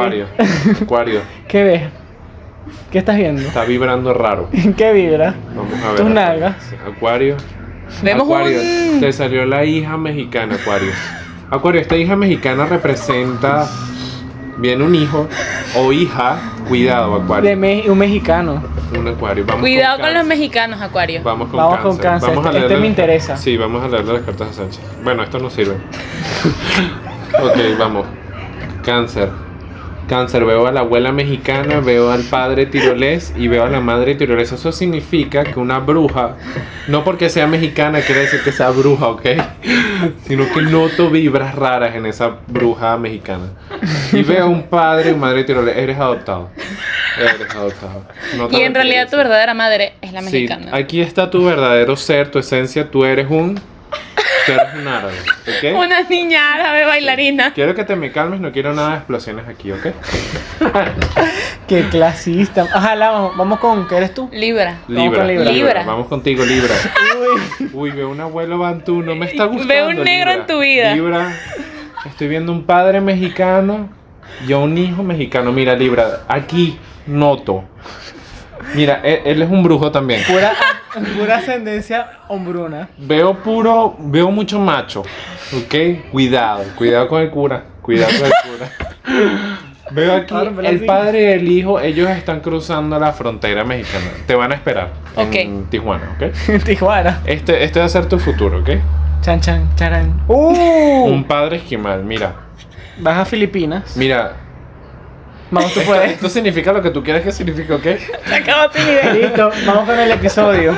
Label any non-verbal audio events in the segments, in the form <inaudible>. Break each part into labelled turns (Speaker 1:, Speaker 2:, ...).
Speaker 1: Acuario. Acuario.
Speaker 2: ¿Qué ves? ¿Qué estás viendo? <laughs>
Speaker 1: Está vibrando raro.
Speaker 2: ¿Qué vibra?
Speaker 1: Vamos a ver.
Speaker 2: Tus
Speaker 1: Acuario.
Speaker 2: nalgas.
Speaker 1: Acuario.
Speaker 3: Vemos
Speaker 1: Acuario.
Speaker 3: un-
Speaker 1: Te salió la hija mexicana, Acuario. Acuario, esta hija mexicana representa. Viene un hijo o hija. Cuidado,
Speaker 2: De
Speaker 1: Acuario.
Speaker 2: me- un mexicano.
Speaker 1: Un Acuario. Vamos
Speaker 3: Cuidado con, los
Speaker 1: cáncer.
Speaker 3: mexicanos, Acuario.
Speaker 1: Vamos con
Speaker 2: Vamos
Speaker 1: cáncer.
Speaker 2: con cáncer.
Speaker 1: Vamos
Speaker 2: Este-
Speaker 1: leerle
Speaker 2: este me
Speaker 1: las-
Speaker 2: interesa.
Speaker 1: Sí, vamos a leerle las cartas a Sánchez. Bueno, esto no sirve. <laughs> ok, vamos. Cáncer. Cáncer, veo a la abuela mexicana, veo al padre tirolés y veo a la madre tirolesa. Eso significa que una bruja, no porque sea mexicana quiere decir que sea bruja, ¿ok? Sino que noto vibras raras en esa bruja mexicana. Y veo a un padre y madre tirolés. Eres adoptado. Eres adoptado. No te
Speaker 3: Y en realidad
Speaker 1: arrepientes.
Speaker 3: tu verdadera madre es la
Speaker 1: Sí,
Speaker 3: mexicana.
Speaker 1: aquí está tu verdadero ser, tu esencia, tú eres un... Tú eres un árabe,
Speaker 3: <laughs>
Speaker 1: ¿ok?
Speaker 3: Una niña árabe bailarina.
Speaker 1: Quiero que te me calmes, no quiero nada de explosiones aquí, ¿ok?
Speaker 2: Qué clasista. Ojalá, vamos, vamos con. ¿Qué eres tú?
Speaker 3: Libra.
Speaker 2: Vamos
Speaker 1: Libra,
Speaker 2: con Libra.
Speaker 3: Libra.
Speaker 1: Vamos contigo, Libra.
Speaker 2: Uy.
Speaker 1: Uy, veo un abuelo bantú, no me está
Speaker 3: Veo
Speaker 1: gustando.
Speaker 3: un negro
Speaker 1: Libra.
Speaker 3: en tu vida.
Speaker 1: Libra, estoy viendo un padre mexicano y a un hijo mexicano. Mira, Libra, aquí noto. Mira, él- él es un brujo también.
Speaker 2: Pura, pura ascendencia hombruna. <laughs>
Speaker 1: Veo puro, veo mucho macho, ¿ok? Cuidado, cuidado con el cura, cuidado con el cura. Veo aquí
Speaker 2: Ábremela
Speaker 1: el
Speaker 2: así.
Speaker 1: padre y el hijo, ellos están cruzando la frontera mexicana. Te van a esperar en
Speaker 3: Ok.
Speaker 1: Tijuana, ¿ok?
Speaker 2: Tijuana.
Speaker 1: Este, este va a ser tu futuro, ¿ok?
Speaker 2: Chan, chan, charan. ¡Uh!
Speaker 1: Un padre esquimal, mira,
Speaker 2: Vas a Filipinas.
Speaker 1: mira.
Speaker 2: Vamos, tú
Speaker 1: Esto,
Speaker 2: puedes.
Speaker 1: esto significa lo que tú quieres que signifique, <laughs> ¿ok?
Speaker 3: Se acabó sin idea.
Speaker 2: Listo, vamos con el episodio.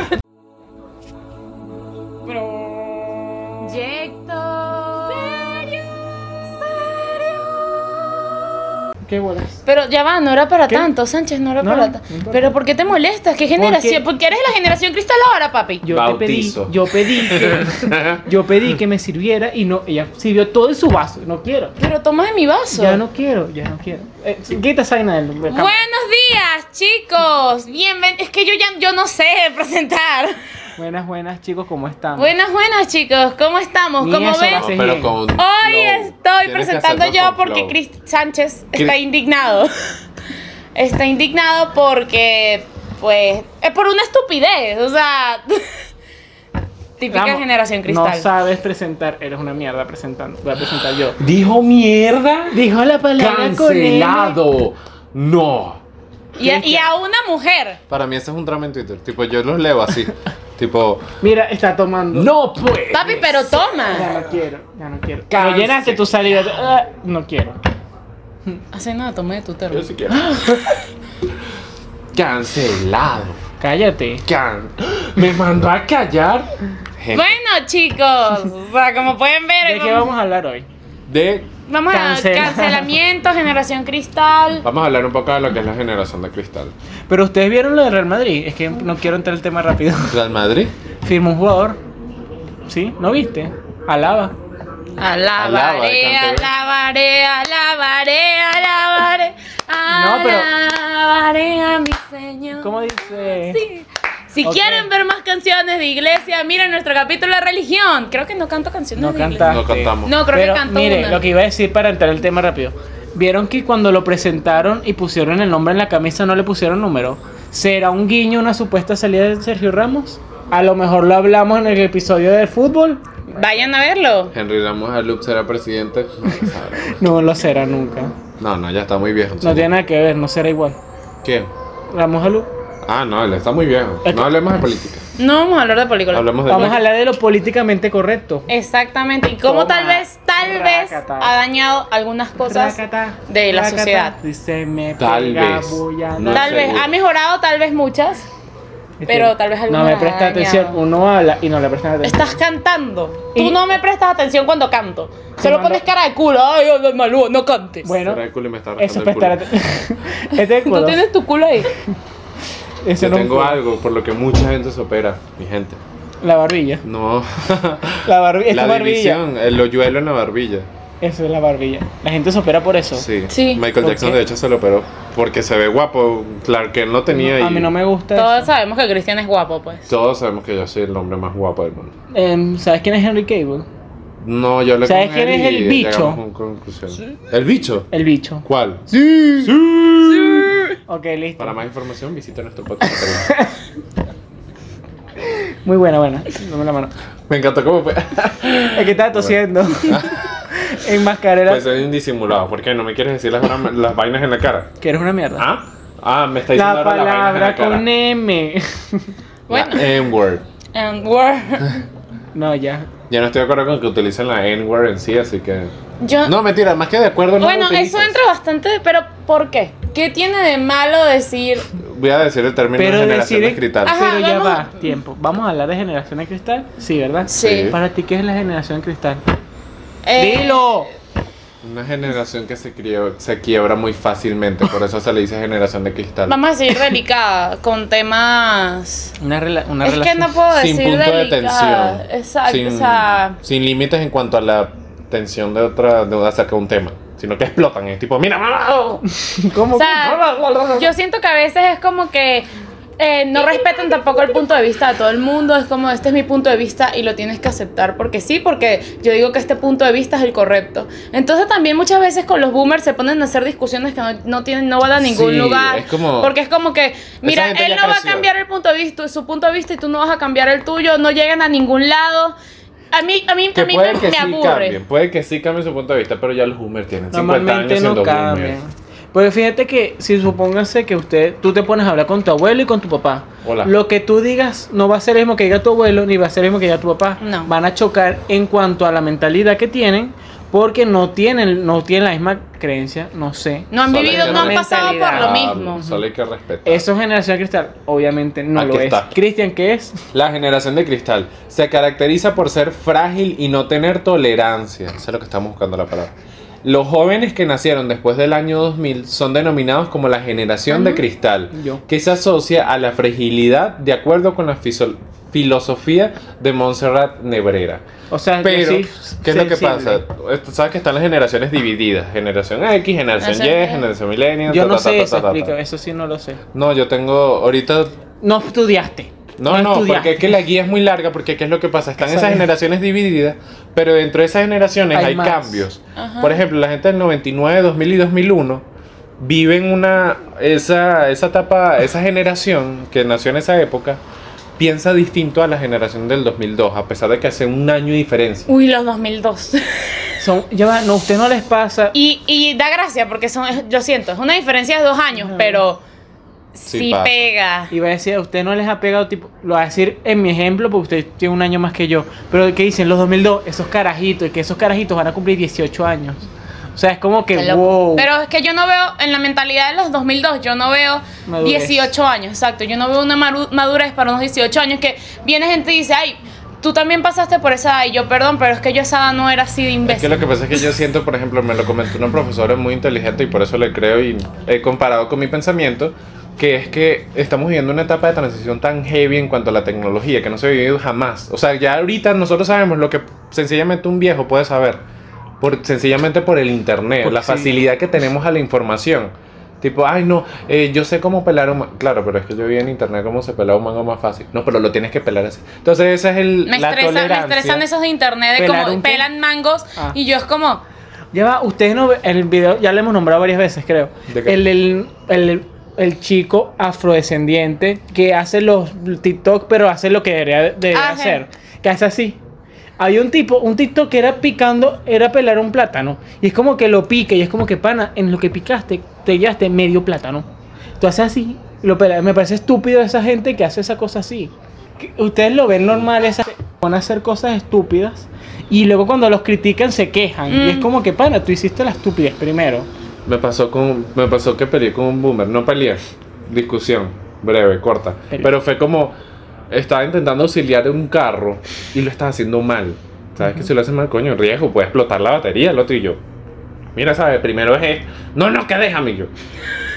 Speaker 2: ¿Qué bolas?
Speaker 3: Pero ya va, no era para
Speaker 2: ¿Qué?
Speaker 3: tanto, Sánchez, no era
Speaker 2: No,
Speaker 3: para
Speaker 2: no
Speaker 3: tanto.
Speaker 2: importa.
Speaker 3: Pero ¿por qué te molestas? ¿Qué generación? Porque eres la generación cristal ahora, papi.
Speaker 2: Yo
Speaker 1: Bautizo.
Speaker 2: te pedí, yo
Speaker 1: <laughs>
Speaker 2: pedí que, yo pedí que me sirviera y no, ella sirvió todo en su vaso. No quiero.
Speaker 3: Pero toma de mi vaso.
Speaker 2: Ya no quiero, ya no quiero. Eh, quita esa vaina del del cam-
Speaker 3: Buenos días, chicos. Bienvenidos. Es que yo ya yo no sé presentar.
Speaker 2: Ah. Buenas, buenas chicos, ¿cómo están?
Speaker 3: Buenas, buenas, chicos. ¿Cómo estamos?
Speaker 2: Ni
Speaker 3: ¿Cómo
Speaker 2: eso
Speaker 3: ven?
Speaker 2: va a ser. bien.
Speaker 1: con flow.
Speaker 3: Hoy estoy
Speaker 1: Tienes que
Speaker 3: presentando
Speaker 1: hacerlo
Speaker 3: yo
Speaker 1: con
Speaker 3: porque
Speaker 1: flow.
Speaker 3: Chris Sánchez
Speaker 1: Cri-
Speaker 3: está indignado. <laughs> está indignado porque, pues, es por una estupidez. O sea, <laughs> típica
Speaker 2: Vamos,
Speaker 3: generación
Speaker 2: No
Speaker 3: cristal.
Speaker 2: sabes presentar, eres una mierda presentando. Voy a presentar yo.
Speaker 1: Dijo mierda,
Speaker 2: Dijo la palabra
Speaker 1: cancelado. No.
Speaker 3: y, a, y a una mujer.
Speaker 1: Para mí ese es un drama en Twitter. Tipo, yo los leo <laughs> así. tipo,
Speaker 2: Mira, está tomando.
Speaker 1: no pues.
Speaker 3: Papi, pero
Speaker 2: Ya
Speaker 3: toma.
Speaker 2: no quiero, ya no quiero.
Speaker 1: Cáncer.
Speaker 2: Pero llenaste tu salida. Ah, no quiero.
Speaker 3: Hace nada, tomé de tu termo.
Speaker 1: Yo sí quiero. <gasps> Cancelado.
Speaker 2: Cállate.
Speaker 1: Can. <gasps> Me mandó a callar. Gente,
Speaker 3: Bueno, chicos, o sea, como pueden ver,
Speaker 2: ¿De qué vamos a hablar hoy?
Speaker 1: De,
Speaker 3: vamos a
Speaker 2: Cancela.
Speaker 3: cancelamiento, generación cristal.
Speaker 1: vamos a hablar un poco de lo que es la generación de cristal.
Speaker 2: Pero ustedes vieron lo de Real Madrid. Es que no quiero entrar al tema rápido. <laughs>
Speaker 1: Real Madrid.
Speaker 2: Firma un jugador. ¿Sí? ¿No viste? Alaba.
Speaker 1: Alaba,
Speaker 3: Alabaré,
Speaker 1: cante.
Speaker 3: alabaré, alabaré, alabaré.
Speaker 2: No, pero-
Speaker 3: Alabaré a mi Señor.
Speaker 2: ¿Cómo dice?
Speaker 3: Sí. Si
Speaker 2: Ok.
Speaker 3: quieren ver más canciones de iglesia, miren nuestro capítulo de religión. Creo que no canto canciones
Speaker 2: No
Speaker 3: de
Speaker 2: canta.
Speaker 1: No cantamos.
Speaker 3: iglesia. No, creo
Speaker 2: Pero
Speaker 3: que canto
Speaker 2: mire,
Speaker 3: una.
Speaker 2: lo que iba a decir para entrar al tema rápido. Vieron que cuando lo presentaron y pusieron el nombre en la camisa no le pusieron número. ¿Será un guiño una supuesta salida de Sergio Ramos? A lo mejor lo hablamos en el episodio del fútbol.
Speaker 3: Vayan a verlo.
Speaker 1: Henry Ramos Alup será presidente. No, lo sabrá.
Speaker 2: No lo será nunca.
Speaker 1: No, no, ya está muy viejo.
Speaker 2: No tiene nada que ver, no será igual.
Speaker 1: ¿Qué?
Speaker 2: Ramos Alú.
Speaker 1: Ah, no, él está muy viejo.
Speaker 2: Es que-
Speaker 1: No hablemos de política.
Speaker 3: No vamos a hablar de películas.
Speaker 1: Hablemos de.
Speaker 2: Vamos a hablar de lo políticamente correcto.
Speaker 3: Exactamente. Y cómo
Speaker 2: Toma.
Speaker 3: tal vez, tal vez
Speaker 2: Rácata.
Speaker 3: ha dañado algunas cosas.
Speaker 2: Rácata,
Speaker 3: de la
Speaker 2: rácata.
Speaker 3: sociedad.
Speaker 2: Y se me
Speaker 1: Tal
Speaker 2: pega
Speaker 1: vez.
Speaker 2: bullando.
Speaker 1: No
Speaker 3: Tal vez
Speaker 1: seguro.
Speaker 3: ha mejorado, tal vez muchas. pero tal vez alguna
Speaker 2: Este, No me presta
Speaker 3: daña.
Speaker 2: atención. Uno habla y no le presta atención.
Speaker 3: Estás cantando. Tú
Speaker 2: Y-
Speaker 3: no me prestas atención cuando canto. Solo
Speaker 2: mando-
Speaker 3: pones cara de culo. Ay, ay, ay, Malú, no cantes.
Speaker 2: Bueno,
Speaker 1: Será el culo y me está
Speaker 2: eso es
Speaker 1: rascando el culo.
Speaker 2: prestar atención. <laughs> Este es
Speaker 3: Tú
Speaker 2: culo.
Speaker 3: tienes tu culo ahí.
Speaker 2: Ese
Speaker 1: Yo
Speaker 2: no es
Speaker 1: tengo
Speaker 2: culo.
Speaker 1: algo por lo que mucha gente se opera, mi gente.
Speaker 2: La barbilla.
Speaker 1: No.
Speaker 2: <laughs> La barbilla. Es
Speaker 1: la
Speaker 2: tu barbilla.
Speaker 1: división, el hoyuelo en la barbilla.
Speaker 2: Eso es la barbilla. La gente se opera por eso.
Speaker 1: Sí.
Speaker 3: Sí.
Speaker 1: Michael Jackson
Speaker 2: Ok.
Speaker 1: de hecho se lo operó porque se ve guapo. Clark Kent lo tenía y
Speaker 2: a mí no me gusta.
Speaker 3: Todos
Speaker 2: eso.
Speaker 3: sabemos que Cristian es guapo, pues.
Speaker 1: todos sabemos que yo soy el hombre más guapo del mundo.
Speaker 2: Em, ¿Sabes quién es Henry Cable?
Speaker 1: No, yo le
Speaker 2: ¿Sabes quién es el bicho?
Speaker 1: ¿El bicho? <laughs>
Speaker 2: El bicho.
Speaker 1: ¿Cuál?
Speaker 2: Sí. Ok, listo.
Speaker 1: Para más información visita nuestro podcast.
Speaker 2: <laughs> Muy buena, buena. Dame la mano.
Speaker 1: Me encantó cómo
Speaker 2: <laughs>
Speaker 1: fue.
Speaker 2: Es que
Speaker 1: <laughs>
Speaker 2: estaba tosiendo. en mascarera.
Speaker 1: Pues soy un disimulado. ¿Por qué? ¿No me quieres decir las, bra- las vainas en la cara?
Speaker 2: que eres una mierda.
Speaker 1: ¿Ah? Ah, me está diciendo
Speaker 2: la
Speaker 1: ahora las vainas en
Speaker 2: palabra
Speaker 1: la cara.
Speaker 2: con E. M. <laughs>
Speaker 3: Bueno.
Speaker 1: La N-word. <laughs>
Speaker 3: And we're-
Speaker 2: no, ya.
Speaker 1: Ya no estoy de acuerdo con que utilicen la N-word en sí, así que...
Speaker 3: Yo,
Speaker 1: No, mentira, más que de acuerdo no
Speaker 3: Ah. bueno,
Speaker 1: lo
Speaker 3: eso
Speaker 1: utilizas.
Speaker 3: entra bastante, de- pero ¿por qué? ¿Qué tiene de malo decir?
Speaker 1: Voy a decir el término
Speaker 2: Pero
Speaker 1: de generación
Speaker 2: decir-
Speaker 1: de cristal.
Speaker 3: Ajá,
Speaker 2: Pero ya va,
Speaker 3: vamos.
Speaker 2: tiempo. Vamos a hablar de generación de cristal. Sí, ¿verdad?
Speaker 1: Sí.
Speaker 2: Para ti, ¿qué es la generación de cristal?
Speaker 3: eh,
Speaker 2: ¡Dilo!
Speaker 1: Una generación que se, crió, se quiebra muy fácilmente, por eso se le dice generación de cristal.
Speaker 3: Vamos a seguir delicada con temas.
Speaker 2: Una, rela- una
Speaker 3: es que
Speaker 2: relación.
Speaker 3: no puedo
Speaker 1: sin
Speaker 3: decir
Speaker 1: punto de
Speaker 3: delicada.
Speaker 1: tensión.
Speaker 3: Exacto.
Speaker 1: Sin,
Speaker 3: O sea,
Speaker 1: sin límites en cuanto a la tensión de otra de acerca de un tema, sino que explotan, es tipo, mira,
Speaker 2: <laughs> ¿Cómo? <laughs>
Speaker 3: o sea, yo siento que a veces es como que eh, no respetan tampoco el punto de vista de todo el mundo. Es como, este es mi punto de vista y lo tienes que aceptar. Porque sí, porque yo digo que este punto de vista es el correcto. Entonces también muchas veces con los boomers se ponen a hacer discusiones que no, no tienen, no van a ningún
Speaker 1: Sí,
Speaker 3: lugar.
Speaker 1: es como-
Speaker 3: porque es como que, mira,
Speaker 1: gente
Speaker 3: él
Speaker 1: ya
Speaker 3: no va a
Speaker 1: creció.
Speaker 3: cambiar el punto de vista, su punto de vista y tú no vas a cambiar el tuyo. No llegan a ningún lado. A mí, a mí, a
Speaker 1: que
Speaker 3: mí
Speaker 1: puede
Speaker 3: me,
Speaker 1: que
Speaker 3: me
Speaker 1: sí
Speaker 3: aburre.
Speaker 1: cambien, puede que sí cambien su punto de vista, pero ya los boomers tienen 50 años
Speaker 2: Normalmente
Speaker 1: siendo
Speaker 2: no
Speaker 1: boomers.
Speaker 2: cambian. Porque fíjate que si supóngase que usted, tú te pones a hablar con tu abuelo y con tu papá.
Speaker 1: Hola.
Speaker 2: Lo que tú digas no va a ser el mismo que diga tu abuelo ni va a ser el mismo que diga tu papá.
Speaker 3: No.
Speaker 2: Van a chocar en cuanto a la mentalidad que tienen porque no tienen, no tienen la misma creencia, no sé.
Speaker 3: No han
Speaker 1: Solo hay
Speaker 3: vivido,
Speaker 1: que
Speaker 3: no han pasado por lo
Speaker 2: mentalidad.
Speaker 3: mismo.
Speaker 1: Solo hay que respetar.
Speaker 2: Eso es generación cristal, obviamente no
Speaker 1: Aquí
Speaker 2: lo
Speaker 1: está.
Speaker 2: es. Cristian, ¿qué es?
Speaker 1: La generación de cristal se caracteriza por ser frágil y no tener tolerancia. Eso es lo que estamos buscando la palabra. Los jóvenes que nacieron después del año 2000 son denominados como la generación de cristal,
Speaker 2: Ah, Yo.
Speaker 1: que se asocia a la fragilidad de acuerdo con la fiso- filosofía de Montserrat Nebrera.
Speaker 2: O sea, yo
Speaker 1: Pero,
Speaker 2: soy
Speaker 1: ¿qué es lo que
Speaker 2: sensible.
Speaker 1: pasa? Esto- Sabes que están las generaciones divididas. Generación X, generación Y,
Speaker 3: Generación Y.
Speaker 1: generación Millennium.
Speaker 2: Yo
Speaker 1: ta,
Speaker 2: no
Speaker 1: ta, ta,
Speaker 2: sé
Speaker 1: ta,
Speaker 2: eso,
Speaker 1: ta, ta.
Speaker 2: explico, eso sí no lo sé.
Speaker 1: No, yo tengo ahorita
Speaker 2: No estudiaste.
Speaker 1: no, no, porque
Speaker 2: estudiaste.
Speaker 1: es que la guía es muy larga, porque ¿qué es lo que pasa? Están esas
Speaker 2: Exacto.
Speaker 1: generaciones divididas, pero dentro de esas generaciones
Speaker 2: Hay
Speaker 1: hay,
Speaker 2: más.
Speaker 1: cambios.
Speaker 3: Ajá.
Speaker 1: Por ejemplo, la gente del 99, 2000 y 2001 viven una, esa, esa etapa, esa generación que nació en esa época, piensa distinto a la generación del 2002, a pesar de que hace un año de diferencia.
Speaker 3: Uy, los 2002.
Speaker 2: Son, ya va, no, usted no les pasa.
Speaker 3: Y, y da gracia porque son, yo siento, es una diferencia de dos años, pero
Speaker 1: Sí
Speaker 3: sí,
Speaker 1: pasa.
Speaker 3: pega.
Speaker 2: Iba a decir, a usted no les ha pegado, tipo, lo va a decir en mi ejemplo, porque usted tiene un año más que yo. Pero que dicen los 2002, esos carajitos, y que esos carajitos van a cumplir 18 años. O sea, es como que,
Speaker 3: Qué loco.
Speaker 2: wow.
Speaker 3: Pero es que yo no veo, en la mentalidad de los 2002, yo no veo
Speaker 2: Madurez.
Speaker 3: 18 años, exacto. Yo no veo una maru- madurez para unos 18 años que viene gente y dice, ay, tú también pasaste por esa edad. Y yo, perdón, pero es que yo a esa edad no era así de
Speaker 1: Es que
Speaker 3: imbécil.
Speaker 1: lo que pasa es que yo siento, por ejemplo, me lo comentó una profesora muy inteligente y por eso le creo y he comparado con mi pensamiento, que es que estamos viviendo una etapa de transición tan heavy en cuanto a la tecnología que no se ha vivido jamás. O sea, ya ahorita nosotros sabemos lo que sencillamente un viejo puede saber, por, sencillamente por el internet,
Speaker 2: Porque
Speaker 1: la
Speaker 2: sí.
Speaker 1: facilidad que tenemos a la información. Tipo, ay no, eh, yo sé cómo pelar un mango. Claro, pero es que yo vi en internet cómo se pelaba un mango más fácil. No, pero lo tienes que pelar así. Entonces ese es el...
Speaker 3: me,
Speaker 1: la
Speaker 3: estresan, me
Speaker 1: tolerancia.
Speaker 3: estresan esos de internet de
Speaker 2: ¿Pelar
Speaker 3: como
Speaker 2: un qué?
Speaker 3: pelan mangos
Speaker 2: Ah.
Speaker 3: y yo es como,
Speaker 2: Ya va, ustedes no ve- el video, ya lo hemos nombrado varias veces, creo.
Speaker 1: ¿De qué?
Speaker 2: El, el, el- el chico afrodescendiente que hace los TikTok, pero hace lo que debería, debería
Speaker 3: Ajá.
Speaker 2: hacer. Que hace así. Hay un tipo, un TikTok que era picando, era pelar un plátano. Y es como que lo pique, y es como que, pana, en lo que picaste, te llevaste medio plátano. Tú haces así, lo pelas. Me parece estúpido esa gente que hace esa cosa así. Que Ustedes lo ven normal, esas van a hacer cosas estúpidas. Y luego cuando los critican se quejan. Y es
Speaker 3: Mm.
Speaker 2: como que, pana, tú hiciste la estupidez primero.
Speaker 1: Me pasó con me pasó que peleé con un boomer, no peleé, discusión breve, corta,
Speaker 2: Peleé.
Speaker 1: pero fue como estaba intentando auxiliar un carro y lo estaba haciendo mal. ¿Sabes que si lo haces mal, coño, riesgo, puede explotar la batería el otro y yo. Mira, sabes, primero es esto. no, no, que déjame y
Speaker 3: <laughs>
Speaker 1: yo.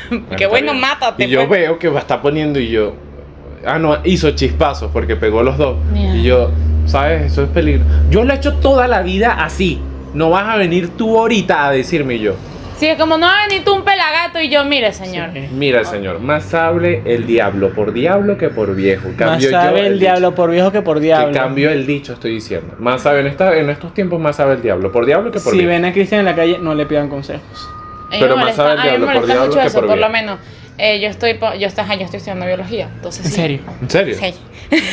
Speaker 3: que
Speaker 1: está
Speaker 3: bueno,
Speaker 1: bien.
Speaker 3: mátate.
Speaker 1: Y yo
Speaker 3: pues.
Speaker 1: veo que va está poniendo y yo ah no, hizo chispazos porque pegó los dos.
Speaker 3: Mierda.
Speaker 1: Y yo, sabes, eso es peligro. Yo lo he hecho toda la vida así. No vas a venir tú ahorita a decirme y yo.
Speaker 3: Sí, es como no va a venir tú un pelagato y yo, mire, señor.
Speaker 2: Sí.
Speaker 1: Mira, señor, más sabe el diablo por diablo que por viejo.
Speaker 2: Más
Speaker 1: Cambio yo
Speaker 2: sabe el
Speaker 1: dicho.
Speaker 2: diablo por viejo que por
Speaker 1: Que
Speaker 2: diablo.
Speaker 1: cambio el dicho, estoy diciendo. Más sabe, en, esta- en estos tiempos más sabe el diablo por diablo que por
Speaker 2: si
Speaker 1: viejo.
Speaker 2: ven a Cristian en la calle, no le pidan consejos.
Speaker 3: A mí
Speaker 1: Pero
Speaker 3: me
Speaker 1: más
Speaker 3: molesta,
Speaker 1: sabe el
Speaker 3: a mí me
Speaker 1: diablo por
Speaker 3: molesta
Speaker 1: diablo
Speaker 3: mucho
Speaker 1: que
Speaker 3: eso,
Speaker 1: por
Speaker 3: por, lo
Speaker 1: bien.
Speaker 3: menos. Eh, yo estoy po- yo, estás, yo estoy estudiando biología, entonces
Speaker 2: En
Speaker 3: sí.
Speaker 2: serio.
Speaker 1: ¿En serio?
Speaker 3: Sí.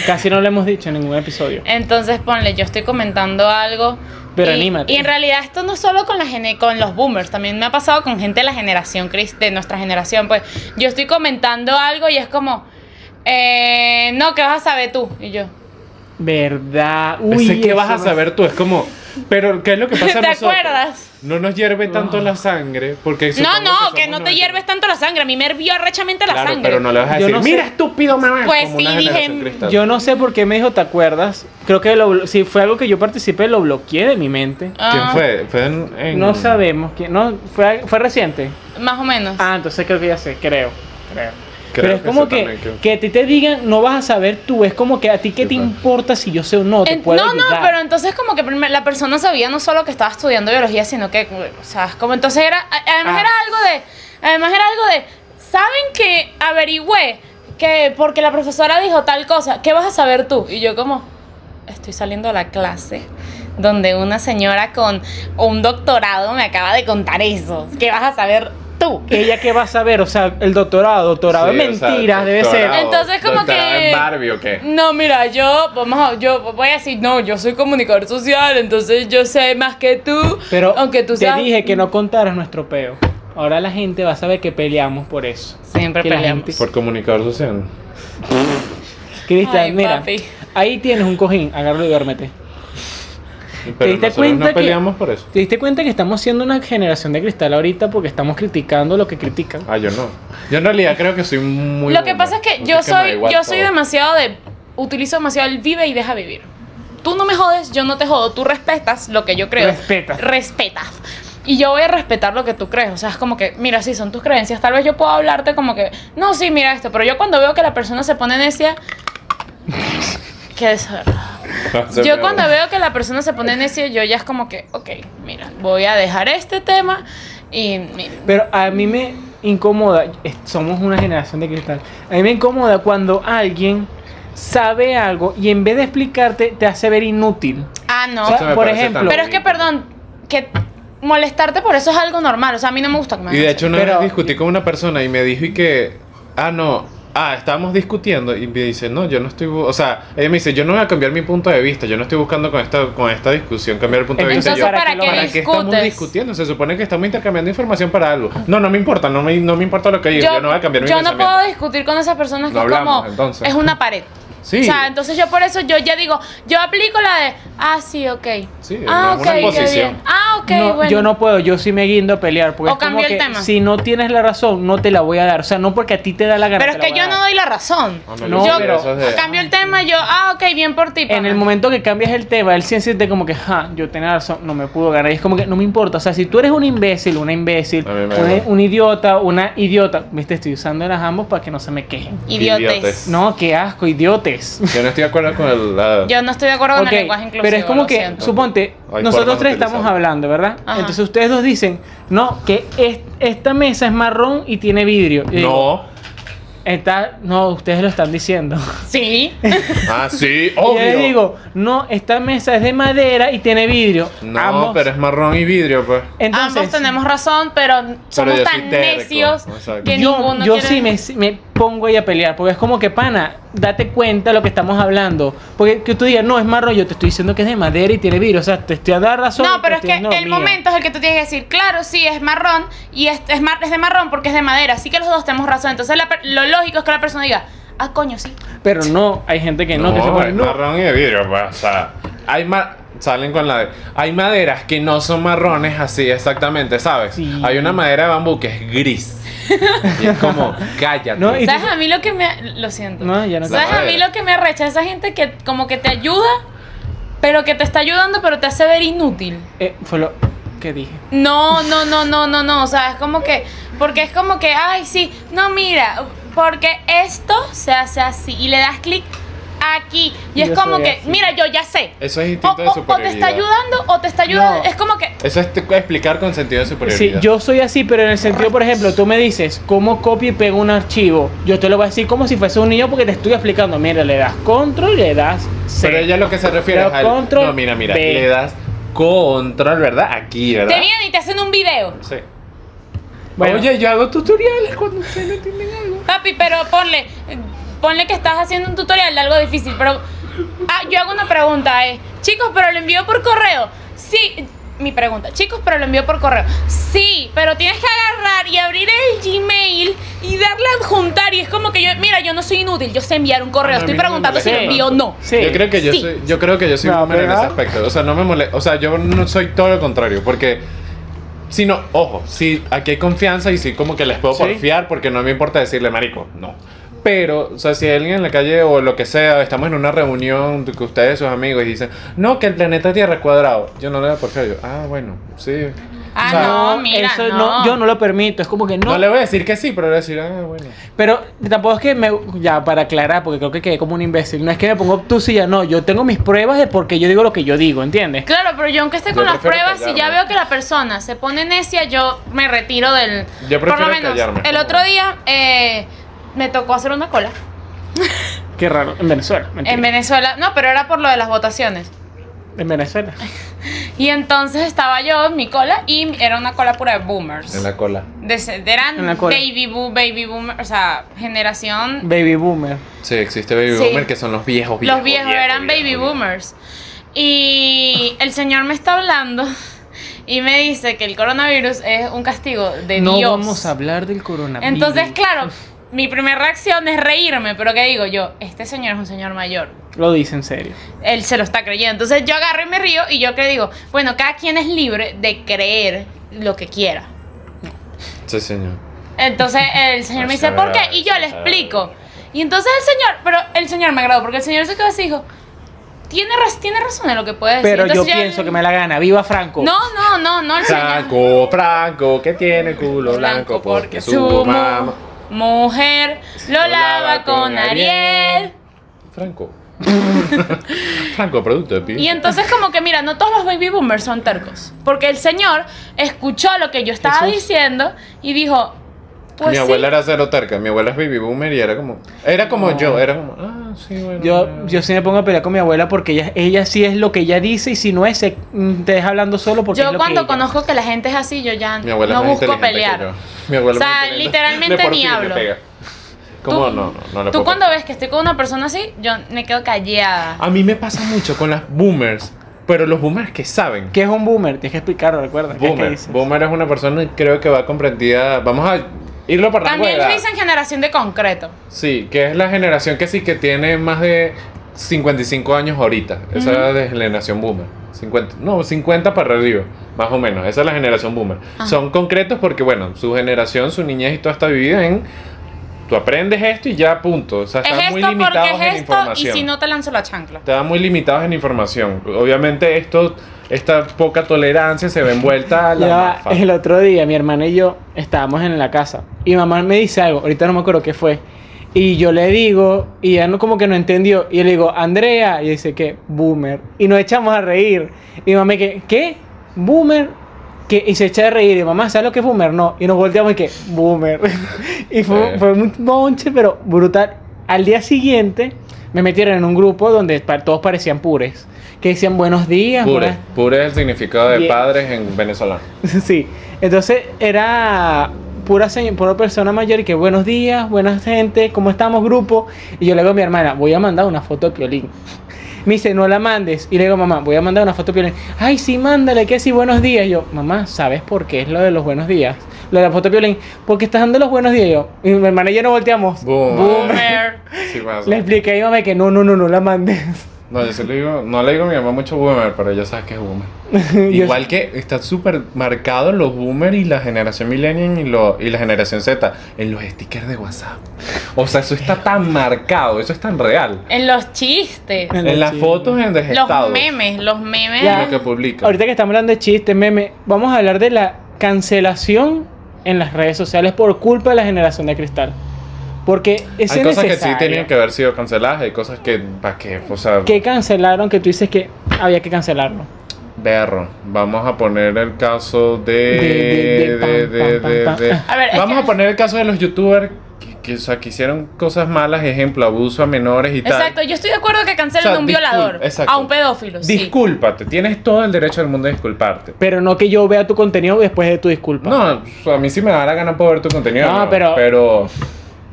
Speaker 2: Casi no lo hemos dicho en ningún episodio.
Speaker 3: Entonces ponle, yo estoy comentando algo.
Speaker 2: Pero
Speaker 3: y,
Speaker 2: anímate.
Speaker 3: Y en realidad esto no solo con la gene- con los boomers, también me ha pasado con gente de la generación, Chris, de nuestra generación. Pues yo estoy comentando algo y es como, eh, no, ¿qué vas a saber tú? Y yo,
Speaker 2: ¿Verdad?
Speaker 1: Ese que
Speaker 2: eso
Speaker 1: vas a
Speaker 2: no-
Speaker 1: saber tú, es como, pero ¿qué es lo que pasa a
Speaker 3: ¿Te
Speaker 1: nosotros?
Speaker 3: acuerdas?
Speaker 1: No nos hierve tanto la sangre, porque
Speaker 3: no,
Speaker 1: supongo
Speaker 3: no, que,
Speaker 1: somos
Speaker 3: no te
Speaker 1: nueve-
Speaker 3: hierves tanto la sangre, a mí me hervió arrechamente la
Speaker 1: Claro,
Speaker 3: sangre.
Speaker 1: pero no le vas a
Speaker 2: Yo
Speaker 1: decir,
Speaker 2: no sé.
Speaker 1: mira estúpido mamá.
Speaker 3: Pues
Speaker 1: como
Speaker 3: sí,
Speaker 1: una
Speaker 3: dije,
Speaker 1: generación cristal.
Speaker 2: Yo no sé por qué me dijo, ¿te acuerdas? Creo que lo blo- si fue algo que yo participé, lo bloqueé de mi mente.
Speaker 3: Ah,
Speaker 1: ¿Quién fue? Fue en, en-
Speaker 2: No sabemos quién. No, fue, fue reciente.
Speaker 3: Más o menos.
Speaker 2: Ah, entonces creo que ya sé, creo. Creo.
Speaker 1: Creo
Speaker 2: Pero es
Speaker 1: que
Speaker 2: como
Speaker 1: eso
Speaker 2: que,
Speaker 1: también, creo.
Speaker 2: que a ti te digan, no vas a saber tú. Es como que a ti qué
Speaker 1: Sí, pues.
Speaker 2: te
Speaker 1: claro.
Speaker 2: importa si yo sé o no. Te
Speaker 3: En-
Speaker 2: puedo
Speaker 3: no, no,
Speaker 2: ayudar.
Speaker 3: pero entonces como que primer- la persona sabía no solo que estaba estudiando biología, sino que, o sea, es como entonces era, a- además
Speaker 2: Ah.
Speaker 3: era algo de, además era algo de, ¿saben que averigüé que porque la profesora dijo tal cosa, ¿qué vas a saber tú? Y yo como, estoy saliendo a la clase donde una señora con un doctorado me acaba de contar eso, ¿qué vas a saber tú?
Speaker 2: Ella qué va a saber, o sea, el doctorado, doctorado
Speaker 1: Sí,
Speaker 2: de
Speaker 1: o sea,
Speaker 2: mentiras debe ser.
Speaker 1: doctorado,
Speaker 3: Entonces, como
Speaker 1: doctorado
Speaker 3: que-
Speaker 1: en Barbie o qué?
Speaker 3: No, mira, yo, vamos a- yo voy a decir, no, yo soy comunicador social, entonces yo sé más que tú.
Speaker 2: Pero
Speaker 3: aunque tú
Speaker 2: te
Speaker 3: seas-
Speaker 2: dije que no contaras nuestro peo. Ahora la gente va a saber que peleamos por eso.
Speaker 3: Siempre
Speaker 2: Que la
Speaker 3: peleamos.
Speaker 2: gente-
Speaker 1: Por comunicador social.
Speaker 2: Cristian,
Speaker 3: Ay,
Speaker 2: mira,
Speaker 3: papi.
Speaker 2: ahí tienes un cojín, agárralo y duérmete.
Speaker 1: Pero
Speaker 2: diste
Speaker 1: nosotros
Speaker 2: cuenta
Speaker 1: no
Speaker 2: que-
Speaker 1: peleamos por eso.
Speaker 2: ¿Te diste cuenta que estamos siendo una generación de cristal ahorita porque estamos criticando lo que critican?
Speaker 1: Ah, yo no. Yo en realidad creo que soy muy.
Speaker 3: Lo que
Speaker 1: boomer,
Speaker 3: pasa es que
Speaker 1: así me
Speaker 3: yo
Speaker 1: da
Speaker 3: soy,
Speaker 1: igual
Speaker 3: yo soy
Speaker 1: todo. <laughs>
Speaker 3: demasiado de. Utilizo demasiado el vive y deja vivir. Tú no me jodes, yo no te jodo. Tú respetas lo que yo creo.
Speaker 2: Respetas.
Speaker 3: Respetas. Y yo voy a respetar lo que tú crees. O sea, es como que, mira, sí, son tus creencias. Tal vez yo puedo hablarte como que, no, sí, mira esto. Pero yo cuando veo que la persona se pone necia. Qué desagradable.
Speaker 1: Se
Speaker 3: Yo
Speaker 1: me-
Speaker 3: cuando veo que la persona se pone necia, yo ya es como que, ok, mira, voy a dejar este tema y mira,
Speaker 2: Pero a mí me incomoda, es- somos una generación de cristal, a mí me incomoda cuando alguien sabe algo y en vez de explicarte te hace ver inútil.
Speaker 3: Ah, no.
Speaker 2: O
Speaker 1: <laughs>
Speaker 2: sea,
Speaker 1: Eso me
Speaker 2: por
Speaker 1: parece
Speaker 2: ejemplo-
Speaker 1: tan
Speaker 3: Pero es que,
Speaker 1: bonito.
Speaker 3: perdón, que molestarte por eso es algo normal. O sea, a mí no me gusta que me
Speaker 1: Y de
Speaker 3: hagan
Speaker 1: hecho una
Speaker 2: Pero-
Speaker 1: vez discutí con una persona y me dijo y que, ah, no, ah, estábamos discutiendo y me dice, no, yo no estoy, bu- o sea, ella me dice, yo no voy a cambiar mi punto de vista, yo no estoy buscando con esta, con esta discusión cambiar el punto de vista.
Speaker 3: Entonces,
Speaker 1: Y yo,
Speaker 2: para
Speaker 3: ¿para
Speaker 2: que
Speaker 3: qué,
Speaker 2: lo-
Speaker 1: ¿Para qué estamos
Speaker 3: discutes?
Speaker 1: discutiendo? Se supone que estamos intercambiando información para algo. No, no me importa, no me, no me importa lo que digo, yo, no voy a cambiar mi
Speaker 3: yo no
Speaker 1: pensamiento.
Speaker 3: puedo discutir con esas personas que
Speaker 1: No
Speaker 3: es
Speaker 1: hablamos,
Speaker 3: como
Speaker 1: entonces.
Speaker 3: es una pared.
Speaker 1: Sí.
Speaker 3: O sea, entonces yo por eso yo ya digo, yo aplico la de, ah, sí, ok.
Speaker 1: Sí,
Speaker 3: ah,
Speaker 1: no, una
Speaker 3: qué
Speaker 1: posición.
Speaker 3: bien. Ah, ok,
Speaker 2: No,
Speaker 3: bueno.
Speaker 2: Yo no puedo, yo sí me guindo a pelear. Porque
Speaker 3: O
Speaker 2: es como
Speaker 3: cambio el
Speaker 2: que
Speaker 3: tema.
Speaker 2: si no tienes la razón, no te la voy a dar. O sea, no porque a ti te da la gana.
Speaker 3: pero es
Speaker 2: te la
Speaker 3: que
Speaker 2: voy a
Speaker 3: yo no
Speaker 2: dar.
Speaker 3: doy la razón.
Speaker 1: Ah,
Speaker 2: No,
Speaker 1: yo
Speaker 3: yo
Speaker 1: sí,
Speaker 2: pero-
Speaker 1: eso es de-
Speaker 3: cambio el tema, yo, ah, ok, bien por ti.
Speaker 2: En
Speaker 3: pana.
Speaker 2: el momento que cambias el tema, él sí siente como que, ja, yo tenía razón, no me pudo ganar. Y es como que no me importa. O sea, si tú eres un imbécil, una imbécil,
Speaker 1: A mí me
Speaker 2: un,
Speaker 1: da.
Speaker 2: un idiota, una idiota, viste, estoy usando las ambos para que no se me quejen.
Speaker 3: Idiotes.
Speaker 1: Idiotes.
Speaker 2: No, qué asco,
Speaker 3: <laughs>
Speaker 2: idiotes.
Speaker 1: Yo no estoy de acuerdo con el... la-
Speaker 3: Yo no estoy de acuerdo con
Speaker 2: Ok,
Speaker 3: el lenguaje inclusivo.
Speaker 2: pero es como
Speaker 3: lo
Speaker 2: que,
Speaker 3: siento.
Speaker 2: suponte,
Speaker 1: Hay
Speaker 2: nosotros
Speaker 1: formas de
Speaker 2: tres estamos
Speaker 1: utilizarlo.
Speaker 2: hablando, ¿verdad?
Speaker 3: Ajá.
Speaker 2: Entonces ustedes dos dicen, no, que es- esta mesa es marrón y tiene vidrio. Y digo,
Speaker 1: No.
Speaker 2: Está, no, ustedes lo están diciendo. <laughs>
Speaker 3: Sí.
Speaker 1: Ah, sí,
Speaker 2: Y yo le
Speaker 1: obvio.
Speaker 2: digo, no, esta mesa es de madera y tiene vidrio.
Speaker 1: no,
Speaker 2: Ambos-
Speaker 1: pero es marrón y vidrio, pues.
Speaker 2: Entonces,
Speaker 3: Ambos tenemos razón, pero
Speaker 1: yo
Speaker 3: somos
Speaker 1: soy
Speaker 3: tan
Speaker 1: terco,
Speaker 3: necios
Speaker 1: exacto.
Speaker 3: que
Speaker 2: yo,
Speaker 3: ninguno
Speaker 2: yo
Speaker 3: quiere-
Speaker 2: sí me, me pongo ahí a pelear, porque es como que, pana, date cuenta de lo que estamos hablando. Porque que tú digas, no, es marrón, yo te estoy diciendo que es de madera y tiene vidrio. O sea, te estoy dando la razón. y
Speaker 3: No,
Speaker 2: te
Speaker 3: pero es
Speaker 2: estoy
Speaker 3: que el
Speaker 2: dando lo mío.
Speaker 3: momento es el que tú tienes que decir, claro, sí, es marrón y es, es, mar- es de marrón porque es de madera, así que los dos tenemos razón. Entonces la per- lo lógico es que la persona diga, ah, coño, sí.
Speaker 2: Pero no, hay gente que no, que se pone,
Speaker 1: es
Speaker 2: "No,
Speaker 1: marrón y de vidrio, pues, o sea, hay ma- salen con la de, hay maderas que no son marrones así exactamente, ¿sabes?
Speaker 2: Sí.
Speaker 1: Hay una madera de bambú que es gris. y es
Speaker 2: <laughs>
Speaker 1: como, cállate.
Speaker 2: No, y-
Speaker 3: ¿Sabes a mí lo que me... Lo siento.
Speaker 2: No, ya no
Speaker 3: ¿Sabes
Speaker 1: quiero.
Speaker 3: a mí lo que me arrecha? Esa gente que como que te ayuda, pero que te está ayudando, pero te hace ver inútil.
Speaker 2: Eh, fue lo que dije.
Speaker 3: No, no, no, no, no, no. O sea, es como que. Porque es como que, ay, sí. No, mira, porque esto se hace así. Y le das clic. aquí. Y es
Speaker 2: Yo
Speaker 3: como
Speaker 2: soy
Speaker 3: que,
Speaker 2: así.
Speaker 3: mira, yo ya sé.
Speaker 1: Eso es
Speaker 3: O,
Speaker 1: instinto de
Speaker 3: o- o te está
Speaker 1: superioridad.
Speaker 3: ayudando o te está ayudando.
Speaker 2: No.
Speaker 3: Es como que,
Speaker 1: Eso es te- explicar con sentido de
Speaker 2: Sí,
Speaker 1: superioridad.
Speaker 2: yo soy así, pero en el sentido, por ejemplo, tú me dices cómo copio y pego un archivo. Yo te lo voy a decir como si fuese un niño porque te estoy explicando. Mira, le das control, le das C.
Speaker 1: Pero ella lo que se refiere
Speaker 2: Pero
Speaker 1: es al...
Speaker 2: control
Speaker 1: no, mira, mira,
Speaker 2: B.
Speaker 1: le das control, ¿verdad? Aquí, ¿verdad?
Speaker 3: te vienen y te hacen un video.
Speaker 1: Sí.
Speaker 2: Bueno.
Speaker 1: Oye, yo hago tutoriales cuando ustedes no entienden algo.
Speaker 3: Papi, pero ponle, ponle que estás haciendo un tutorial de algo difícil, pero ah, yo hago una pregunta, eh. Chicos, pero lo envío por correo. Sí, mi pregunta, chicos, pero lo envío por correo. Sí, pero tienes que agarrar y abrir el Gmail y darle a adjuntar y es como que yo, mira, yo no soy inútil, yo sé enviar un correo,
Speaker 1: Ah,
Speaker 3: estoy
Speaker 1: a mí no me
Speaker 3: preguntando si lo
Speaker 2: molesta
Speaker 3: envío o no.
Speaker 2: Sí.
Speaker 1: Yo creo que yo
Speaker 3: Sí.
Speaker 1: soy, yo creo que yo soy
Speaker 2: No,
Speaker 1: boomer en ese
Speaker 2: ¿verdad?
Speaker 1: aspecto. O sea, no me molesta. O sea, yo no soy todo lo contrario. Porque. Si no, ojo, si aquí hay confianza y si como que les puedo
Speaker 2: Sí.
Speaker 1: porfiar porque no me importa decirle marico, no. Pero, o sea, si hay alguien en la calle o lo que sea, estamos en una reunión que ustedes, sus amigos, y dicen, no, que el planeta Tierra es cuadrado, yo no le voy a porfiar. Yo, ah, bueno, sí.
Speaker 3: Ah,
Speaker 1: O sea,
Speaker 3: No, mira,
Speaker 2: eso
Speaker 3: no.
Speaker 2: yo no lo permito. Es como que
Speaker 1: No
Speaker 2: no.
Speaker 1: le voy a decir que sí, pero le voy a decir, ah, bueno.
Speaker 2: Pero tampoco es que me. Ya, para aclarar, porque creo que quedé como un imbécil. No es que me pongo obtuso y ya no. Yo tengo mis pruebas de por qué yo digo lo que yo digo, ¿entiendes?
Speaker 3: Claro, pero yo aunque esté
Speaker 1: Yo
Speaker 3: con las
Speaker 1: prefiero
Speaker 3: pruebas, si ya
Speaker 1: callarme.
Speaker 3: veo que la persona se pone necia, yo me retiro del...
Speaker 1: Yo
Speaker 3: Por lo
Speaker 1: prefiero
Speaker 3: menos,
Speaker 1: callarme.
Speaker 3: el otro día eh, me tocó hacer una cola.
Speaker 2: Qué raro. En Venezuela. mentira.
Speaker 3: En Venezuela, no, pero era por lo de las votaciones.
Speaker 2: En Venezuela.
Speaker 3: Y entonces estaba yo en mi cola y era una cola pura de boomers.
Speaker 1: En la cola.
Speaker 3: De se- eran
Speaker 2: En la cola.
Speaker 3: baby boom, baby boomer, o sea, generación.
Speaker 2: Baby boomer.
Speaker 1: Sí, existe Baby
Speaker 3: Sí.
Speaker 1: Boomer, que son los viejos, viejos.
Speaker 3: los viejos eran baby
Speaker 1: viejos.
Speaker 3: boomers. Y el señor me está hablando <laughs> y me dice que el coronavirus es un castigo de
Speaker 2: no
Speaker 3: Dios.
Speaker 2: vamos a hablar del coronavirus.
Speaker 3: entonces, claro, mi primera reacción es reírme, pero ¿qué digo yo? Este señor es un señor mayor.
Speaker 2: Lo dice en serio.
Speaker 3: él se lo está creyendo. Entonces yo agarro y me río y yo que digo, bueno, cada quien es libre de creer lo que quiera.
Speaker 1: Sí, señor.
Speaker 3: Entonces el señor me dice,
Speaker 1: Eso
Speaker 3: ¿por qué?
Speaker 1: era-
Speaker 3: Y yo le
Speaker 1: eso era-
Speaker 3: explico. Y entonces el señor, pero el señor me agradó, porque el señor se quedó así y dijo, tiene, raz- tiene razón en lo que puede decir.
Speaker 2: Pero yo
Speaker 3: Entonces
Speaker 2: pienso que me da la gana. ¡Viva Franco!
Speaker 3: No, no, no, no el señor.
Speaker 1: Franco, Franco, que tiene culo blanco porque su
Speaker 3: mu-
Speaker 1: mamá.
Speaker 3: mujer lo lava con Ariel. <laughs>
Speaker 1: Franco. Franco, producto de
Speaker 3: Y
Speaker 1: pibe.
Speaker 3: entonces como que mira, no todos los baby boomers son tercos, porque el señor escuchó lo que yo estaba
Speaker 2: Jesús.
Speaker 3: diciendo y dijo, pues
Speaker 1: mi
Speaker 3: sí.
Speaker 1: abuela era cero terca, mi abuela es baby boomer y era como. Era como yo, era como. Ah, sí, bueno.
Speaker 2: Yo, yo sí me pongo a pelear con mi abuela porque ella, ella sí es lo que ella dice y si no es, se- mm, te deja hablando solo porque es
Speaker 3: yo
Speaker 2: lo
Speaker 3: cuando
Speaker 2: que ella-
Speaker 3: conozco que la gente es así, yo ya
Speaker 1: Mi abuela
Speaker 3: no
Speaker 1: es más
Speaker 3: busco
Speaker 1: inteligente que
Speaker 3: pelear.
Speaker 1: yo. Mi abuela
Speaker 3: O sea,
Speaker 1: es más inteligente.
Speaker 3: literalmente
Speaker 1: De por
Speaker 3: ni
Speaker 1: sí le
Speaker 3: hablo.
Speaker 1: pega. ¿Cómo?
Speaker 3: Tú-
Speaker 1: no, no, no le
Speaker 3: Tú
Speaker 1: puedo
Speaker 3: cuando ves que estoy con una persona así, yo me quedo callada.
Speaker 1: A mí me pasa mucho con las boomers, pero los boomers que saben.
Speaker 2: ¿Qué es un boomer? Tienes que explicarlo, recuerda. ¿Qué es que
Speaker 1: Boomer.
Speaker 2: dices?
Speaker 1: Boomer es una persona que creo que va comprendida. Vamos a irlo para rango de
Speaker 3: También le
Speaker 1: edad.
Speaker 3: dicen generación de concreto.
Speaker 1: Sí, que es la generación que sí que tiene más de 55 años ahorita. Esa es la generación boomer. 50, no, 50 para arriba, más o menos. Esa es la generación boomer.
Speaker 3: Ajá.
Speaker 1: Son concretos porque, bueno, su generación, su niñez y toda está vivida en. Tú aprendes esto y ya, punto. O sea,
Speaker 3: Es
Speaker 1: están muy
Speaker 3: esto
Speaker 1: limitados
Speaker 3: porque
Speaker 1: en
Speaker 3: es esto y
Speaker 1: información.
Speaker 3: si no te lanzo la chancla.
Speaker 1: Estaban muy limitados en información. Obviamente esto, esta poca tolerancia se ve envuelta a la
Speaker 2: Ya va,
Speaker 1: mafa.
Speaker 2: el otro día mi hermana y yo estábamos en la casa y mamá me dice algo, ahorita no me acuerdo qué fue. Y yo le digo, y ella no, como que no entendió. Y yo le digo, Andrea, y dice que, boomer. Y nos echamos a reír. Y mamá, que, ¿qué? ¿Boomer? que Y se echa a reír. Y mamá, ¿sabes lo que es boomer? No. Y nos volteamos y que, boomer. <laughs> y fue,
Speaker 1: Sí.
Speaker 2: fue un monche, pero brutal. Al día siguiente me metieron en un grupo donde pa- todos parecían pures. Que decían buenos días,
Speaker 1: Pure,
Speaker 2: buenas
Speaker 1: pure es el significado de
Speaker 2: Bien.
Speaker 1: padres en venezolano.
Speaker 2: <laughs> Sí, entonces era pura, señ- pura persona mayor y que buenos días, buenas gente, ¿cómo estamos, grupo? Y yo le digo a mi hermana, voy a mandar una foto de Piolín. Me dice, no la mandes. Y le digo, mamá, voy a mandar una foto de Piolín. Ay, sí, mándale, que sí, buenos días. Y yo, mamá, ¿sabes por qué es lo de los buenos días? Lo de la foto de Piolín, porque estás dando los buenos días. Y yo, y mi hermana y yo no volteamos.
Speaker 1: Boom.
Speaker 3: Boomer.
Speaker 1: Sí pasa.
Speaker 2: Le expliqué a mi mamá que no, no, no, no la mandes. <laughs>
Speaker 1: No, yo sí le digo, no le digo a mi mamá mucho boomer, pero ya sabes que es boomer.
Speaker 2: <laughs> Yo-
Speaker 1: Igual que está súper marcado los boomers y la generación millennial y, lo- y la generación Z en los stickers de WhatsApp. O sea, eso está tan marcado, eso es tan real.
Speaker 3: En los chistes.
Speaker 2: En
Speaker 1: En
Speaker 2: los
Speaker 1: las
Speaker 2: chistes.
Speaker 1: fotos, en
Speaker 3: Los
Speaker 1: desgestados.
Speaker 3: memes, los memes.
Speaker 2: Ya.
Speaker 1: Lo que publican.
Speaker 2: Ahorita que estamos hablando de chistes, meme, vamos a hablar de la cancelación en las redes sociales por culpa de la generación de cristal. Porque eso
Speaker 1: Hay
Speaker 2: es
Speaker 1: cosas
Speaker 2: necesario.
Speaker 1: que sí tenían que haber sido canceladas, hay cosas que, ¿para qué? O sea,
Speaker 2: que cancelaron que tú dices que había que cancelarlo.
Speaker 1: berro. Vamos a poner el caso de...
Speaker 2: De- de- de- pam,
Speaker 1: de- de-
Speaker 2: pam,
Speaker 1: de-
Speaker 2: pam,
Speaker 1: de-
Speaker 2: pam.
Speaker 3: A ver, es
Speaker 1: Vamos
Speaker 3: que-
Speaker 1: a poner el caso de los youtubers que, que, o sea, que hicieron cosas malas, ejemplo, abuso a menores y tal.
Speaker 3: Exacto, yo estoy de acuerdo que
Speaker 1: O
Speaker 3: cancelen
Speaker 1: sea,
Speaker 3: a un
Speaker 1: discul-
Speaker 3: violador,
Speaker 1: exacto.
Speaker 3: a un pedófilo. sí.
Speaker 1: Discúlpate, tienes todo el derecho del mundo de disculparte.
Speaker 2: Pero no que yo vea tu contenido después de tu disculpa.
Speaker 1: No, o sea, a mí sí me da la gana poder ver tu contenido.
Speaker 2: No,
Speaker 1: No,
Speaker 2: pero-
Speaker 1: pero...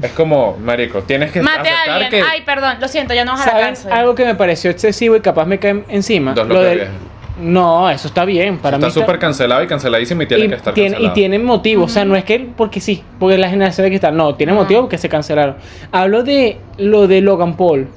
Speaker 1: es como, marico, tienes que
Speaker 3: Mate a
Speaker 1: aceptar
Speaker 3: alguien.
Speaker 1: que...
Speaker 3: Ay, perdón, lo siento, ya no vas a la
Speaker 2: ¿Saben
Speaker 3: cárcel.
Speaker 2: algo que me pareció excesivo y capaz me cae encima?
Speaker 1: Dos
Speaker 2: Lo del-
Speaker 1: locales.
Speaker 2: No, eso está bien. Para
Speaker 1: está
Speaker 2: mí está-
Speaker 1: súper cancelado y canceladísimo y tiene
Speaker 2: y,
Speaker 1: que estar
Speaker 2: tiene, y
Speaker 1: cancelado.
Speaker 2: tienen motivo, o sea, no es que porque sí, porque la generación de cristal, no, tiene motivo porque se cancelaron. Hablo de lo de Logan Paul.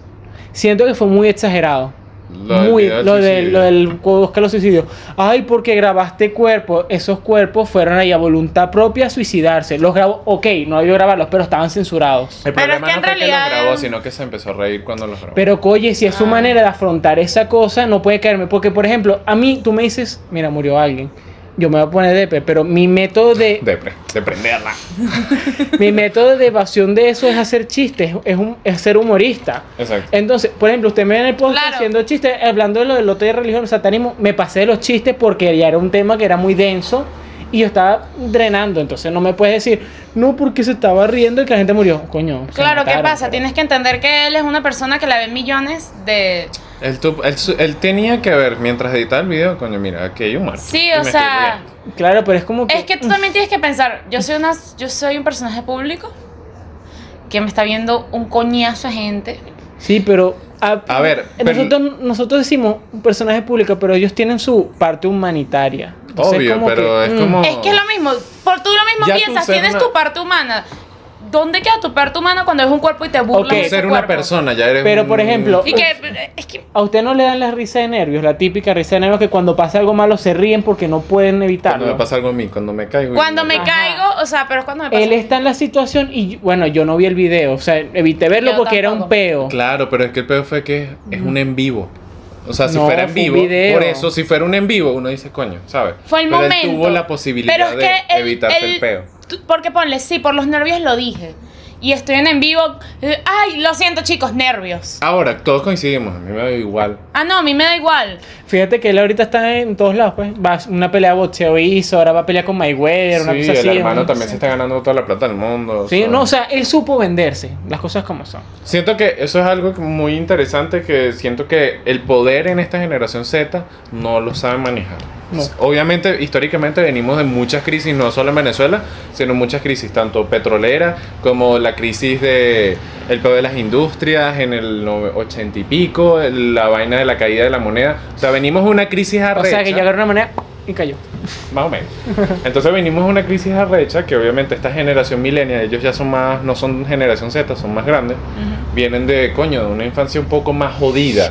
Speaker 2: Siento que fue muy exagerado.
Speaker 1: del
Speaker 2: muy,
Speaker 1: video del
Speaker 2: lo, de,
Speaker 1: suicidio.
Speaker 2: lo del bosque de los suicidios. Ay, porque grabaste cuerpos. Esos cuerpos fueron ahí a voluntad propia a suicidarse. Los grabó, ok, no había grabarlos, pero estaban censurados.
Speaker 1: El
Speaker 3: Pero
Speaker 1: problema
Speaker 3: es que
Speaker 1: no fue
Speaker 3: en
Speaker 1: que
Speaker 3: realidad-
Speaker 1: los grabó, sino que se empezó a reír cuando los grabó.
Speaker 2: Pero oye, si es su manera de afrontar esa cosa, no puede caerme. Porque, por ejemplo, a mí tú me dices, mira, murió alguien. Yo me voy a poner depe, pero mi método de,
Speaker 1: Depre, de prenderla.
Speaker 2: mi método de evasión de eso es hacer chistes, es, un, es ser humorista.
Speaker 1: Exacto.
Speaker 2: Entonces, por ejemplo, usted me ve en el podcast
Speaker 3: Claro.
Speaker 2: haciendo chistes, hablando de lo del otro día religión, el satanismo, me pasé de los chistes porque ya era un tema que era muy denso y yo estaba drenando, entonces no me puedes decir, no, porque se estaba riendo y que la gente murió. Coño. se
Speaker 3: Claro, ¿qué
Speaker 2: mataron,
Speaker 3: pasa?
Speaker 2: pero-
Speaker 3: Tienes que entender que él es una persona que la ven millones de...
Speaker 1: Él, tu- él su- él tenía que ver, mientras editaba el video, coño, mira, aquí hay un muerto.
Speaker 3: Sí,
Speaker 1: Y
Speaker 3: o
Speaker 1: me
Speaker 3: sea,
Speaker 1: estoy riendo.
Speaker 2: Claro, pero es como que...
Speaker 3: es que tú también tienes que pensar, yo soy una yo soy un personaje público que me está viendo un coñazo de gente.
Speaker 2: Sí, pero... A,
Speaker 1: A ver, pero-
Speaker 2: Nosotros, nosotros decimos un personaje público, pero ellos tienen su parte humanitaria. Entonces,
Speaker 1: Obvio, pero es
Speaker 2: mm,
Speaker 1: como-
Speaker 3: Es que es lo mismo, por tú lo mismo
Speaker 1: Oh. Ya tú
Speaker 3: piensas,
Speaker 1: ser
Speaker 3: tienes
Speaker 1: una-
Speaker 3: tu parte humana. ¿Dónde queda tu parte humana cuando ves un cuerpo y te burlas
Speaker 2: Ok.
Speaker 1: Tú
Speaker 3: de ese
Speaker 1: ser una
Speaker 3: cuerpo?
Speaker 1: persona, ya eres
Speaker 2: Pero, por
Speaker 1: un-
Speaker 2: ejemplo,
Speaker 3: Y que es que
Speaker 2: A usted no le dan la risa de nervios, la típica risa de nervios que cuando pasa algo malo se ríen porque no pueden
Speaker 1: Cuando me
Speaker 2: evitarlo.
Speaker 1: pasa algo a mí, cuando me caigo. y- "Ah,
Speaker 3: cuando me
Speaker 2: Ajá.
Speaker 3: caigo, o sea, pero es cuando me pasa.
Speaker 2: Él está en la situación y bueno, yo no vi el video, o sea, evité verlo
Speaker 3: Yo
Speaker 2: porque era un
Speaker 3: tampoco.
Speaker 2: peo.
Speaker 1: Claro, pero es que el peor fue que es un en vivo. O sea, si
Speaker 2: No,
Speaker 1: fuera en
Speaker 2: fue un
Speaker 1: vivo,
Speaker 2: video.
Speaker 1: por eso, si fuera un en vivo, uno dice, coño, ¿sabes?
Speaker 3: Fue el
Speaker 1: pero
Speaker 3: momento.
Speaker 1: Él tuvo la posibilidad
Speaker 3: Pero es
Speaker 1: de
Speaker 3: que él-
Speaker 1: evitarse
Speaker 3: él-
Speaker 1: el peo.
Speaker 3: tú- Porque ponle, sí, por los nervios lo dije. Y estoy en en vivo. eh, Ay, lo siento, chicos, nervios.
Speaker 1: Ahora, todos coincidimos, a mí me da igual.
Speaker 3: Ah, no, a mí me da igual.
Speaker 2: Fíjate que él ahorita está en todos lados, pues. Va a una pelea de boxeo hizo, ahora va a pelear con Mayweather, una
Speaker 1: sí,
Speaker 2: cosa
Speaker 1: el
Speaker 2: así.
Speaker 1: hermano
Speaker 2: ¿no?
Speaker 1: también se está ganando toda la plata del mundo.
Speaker 2: Sí,
Speaker 1: o sea.
Speaker 2: no, o sea, él supo venderse, las cosas como son.
Speaker 1: Siento que eso es algo muy interesante que siento que el poder en esta generación Z no lo sabe manejar.
Speaker 2: No.
Speaker 1: Obviamente, históricamente venimos de muchas crisis, no solo en Venezuela, sino muchas crisis, tanto petrolera como la crisis de el peor de las industrias en el no- ochenta y pico, el- la vaina de la caída de la moneda. O sea, venimos de una crisis
Speaker 2: O
Speaker 1: arrecha.
Speaker 2: sea, que llegaron de una manera y cayó.
Speaker 1: Más o menos. <laughs> Entonces venimos a una crisis arrecha que obviamente esta generación milenial, ellos ya son más, no son generación Z, son más grandes. Vienen de, coño, de una infancia un poco más jodida,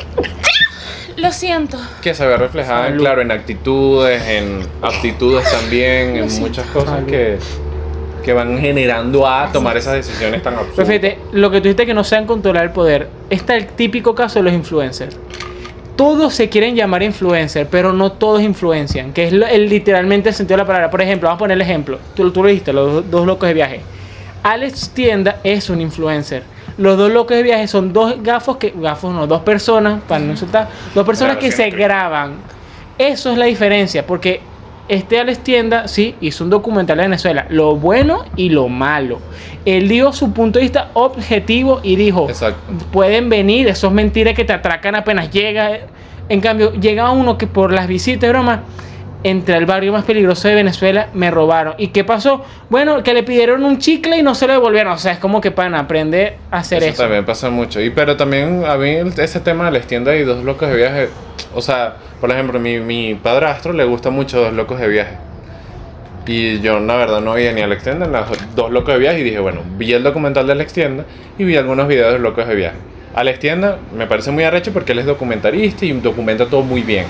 Speaker 3: Lo siento.
Speaker 1: que se ve reflejada, en,
Speaker 2: Salud.
Speaker 1: claro, en actitudes, en aptitudes también, en muchas cosas
Speaker 2: Salud.
Speaker 1: que, que van generando a tomar esas decisiones tan
Speaker 2: Pero
Speaker 1: absurdas.
Speaker 2: fíjate, lo que tú dijiste que no saben controlar el poder, está el típico caso de los influencers. Todos se quieren llamar influencer, pero no todos influencian, que es lo- el, literalmente el sentido de la palabra. Por ejemplo, vamos a poner el ejemplo. Tú, tú lo dijiste, los do- dos locos de viaje. Alex Tienda es un influencer. Los dos locos de viaje son dos gafos que, gafos no, dos personas, para no insultar, dos personas
Speaker 1: Claro,
Speaker 2: que se
Speaker 1: siempre.
Speaker 2: graban. Eso es la diferencia, porque este Alex Tienda, sí, hizo un documental de Venezuela, lo bueno y lo malo. Él dio su punto de vista objetivo y dijo,
Speaker 1: Exacto.
Speaker 2: pueden venir, esos mentiras que te atracan apenas llega. En cambio, llega uno que por las visitas, broma, entre al barrio más peligroso de Venezuela, me robaron. ¿Y qué pasó? Bueno, que le pidieron un chicle y no se lo devolvieron. O sea, es como que para aprender a hacer
Speaker 1: Eso
Speaker 2: eso.
Speaker 1: también pasa mucho. Y pero también a mí el- ese tema de las tiendas y dos locos de viaje. O sea, por ejemplo, mi, mi padrastro le gusta mucho dos locos de viaje. Y yo, la verdad, no vi ni al extienda en las dos locos de viaje. Y dije, bueno, vi el documental de Alex Tienda y vi algunos videos de locos de viaje. Alex Tienda me parece muy arrecho porque él es documentarista y documenta todo muy bien.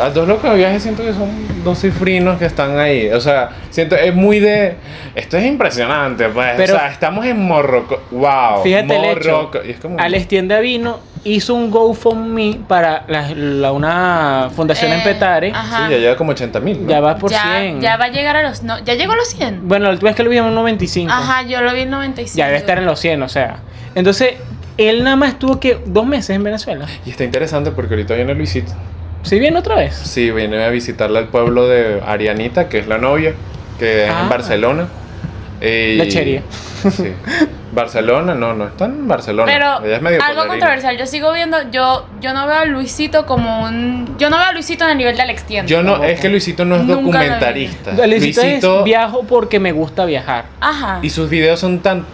Speaker 1: A dos locos de viaje siento que son dos cifrinos que están ahí. O sea, siento, es muy de. Esto es impresionante, pues.
Speaker 2: Pero-
Speaker 1: o sea, estamos en Morroco. ¡Wow!
Speaker 2: Fíjate el hecho.
Speaker 1: Morroco- y es como-
Speaker 2: Alex Tienda vino, hizo un GoFundMe para la, la- una fundación en
Speaker 3: Eh,
Speaker 2: Petare.
Speaker 3: ajá.
Speaker 1: Sí, ya lleva como 80 mil.
Speaker 2: Ya va por
Speaker 3: ya,
Speaker 2: 100.
Speaker 3: ya va a llegar a los. No, ya llegó a los 100.
Speaker 2: Bueno, el es que lo vi en un 95.
Speaker 3: Ajá, yo lo vi en 95.
Speaker 2: Ya debe estar en los 100, o sea. Entonces, él nada más estuvo que dos meses en Venezuela.
Speaker 1: Y está interesante porque ahorita viene Luisito.
Speaker 2: ¿Sí viene otra vez?
Speaker 1: Sí, viene a visitarle al pueblo de Arianita, que es la novia, que es
Speaker 2: Ah.
Speaker 1: en Barcelona. Y-
Speaker 2: Lechería.
Speaker 1: Sí. Barcelona, no, no está en Barcelona.
Speaker 3: Pero
Speaker 1: Ella es medio
Speaker 3: algo
Speaker 1: pueblerina.
Speaker 3: controversial. Yo sigo viendo. Yo, yo no veo a Luisito como un. Yo no veo a Luisito en el nivel de Alex Tienda.
Speaker 1: Yo no, es que Luisito no es
Speaker 3: Nunca lo vi.
Speaker 1: documentarista.
Speaker 2: Luisito es viajo porque me gusta viajar.
Speaker 3: Ajá.
Speaker 1: y sus videos son tan,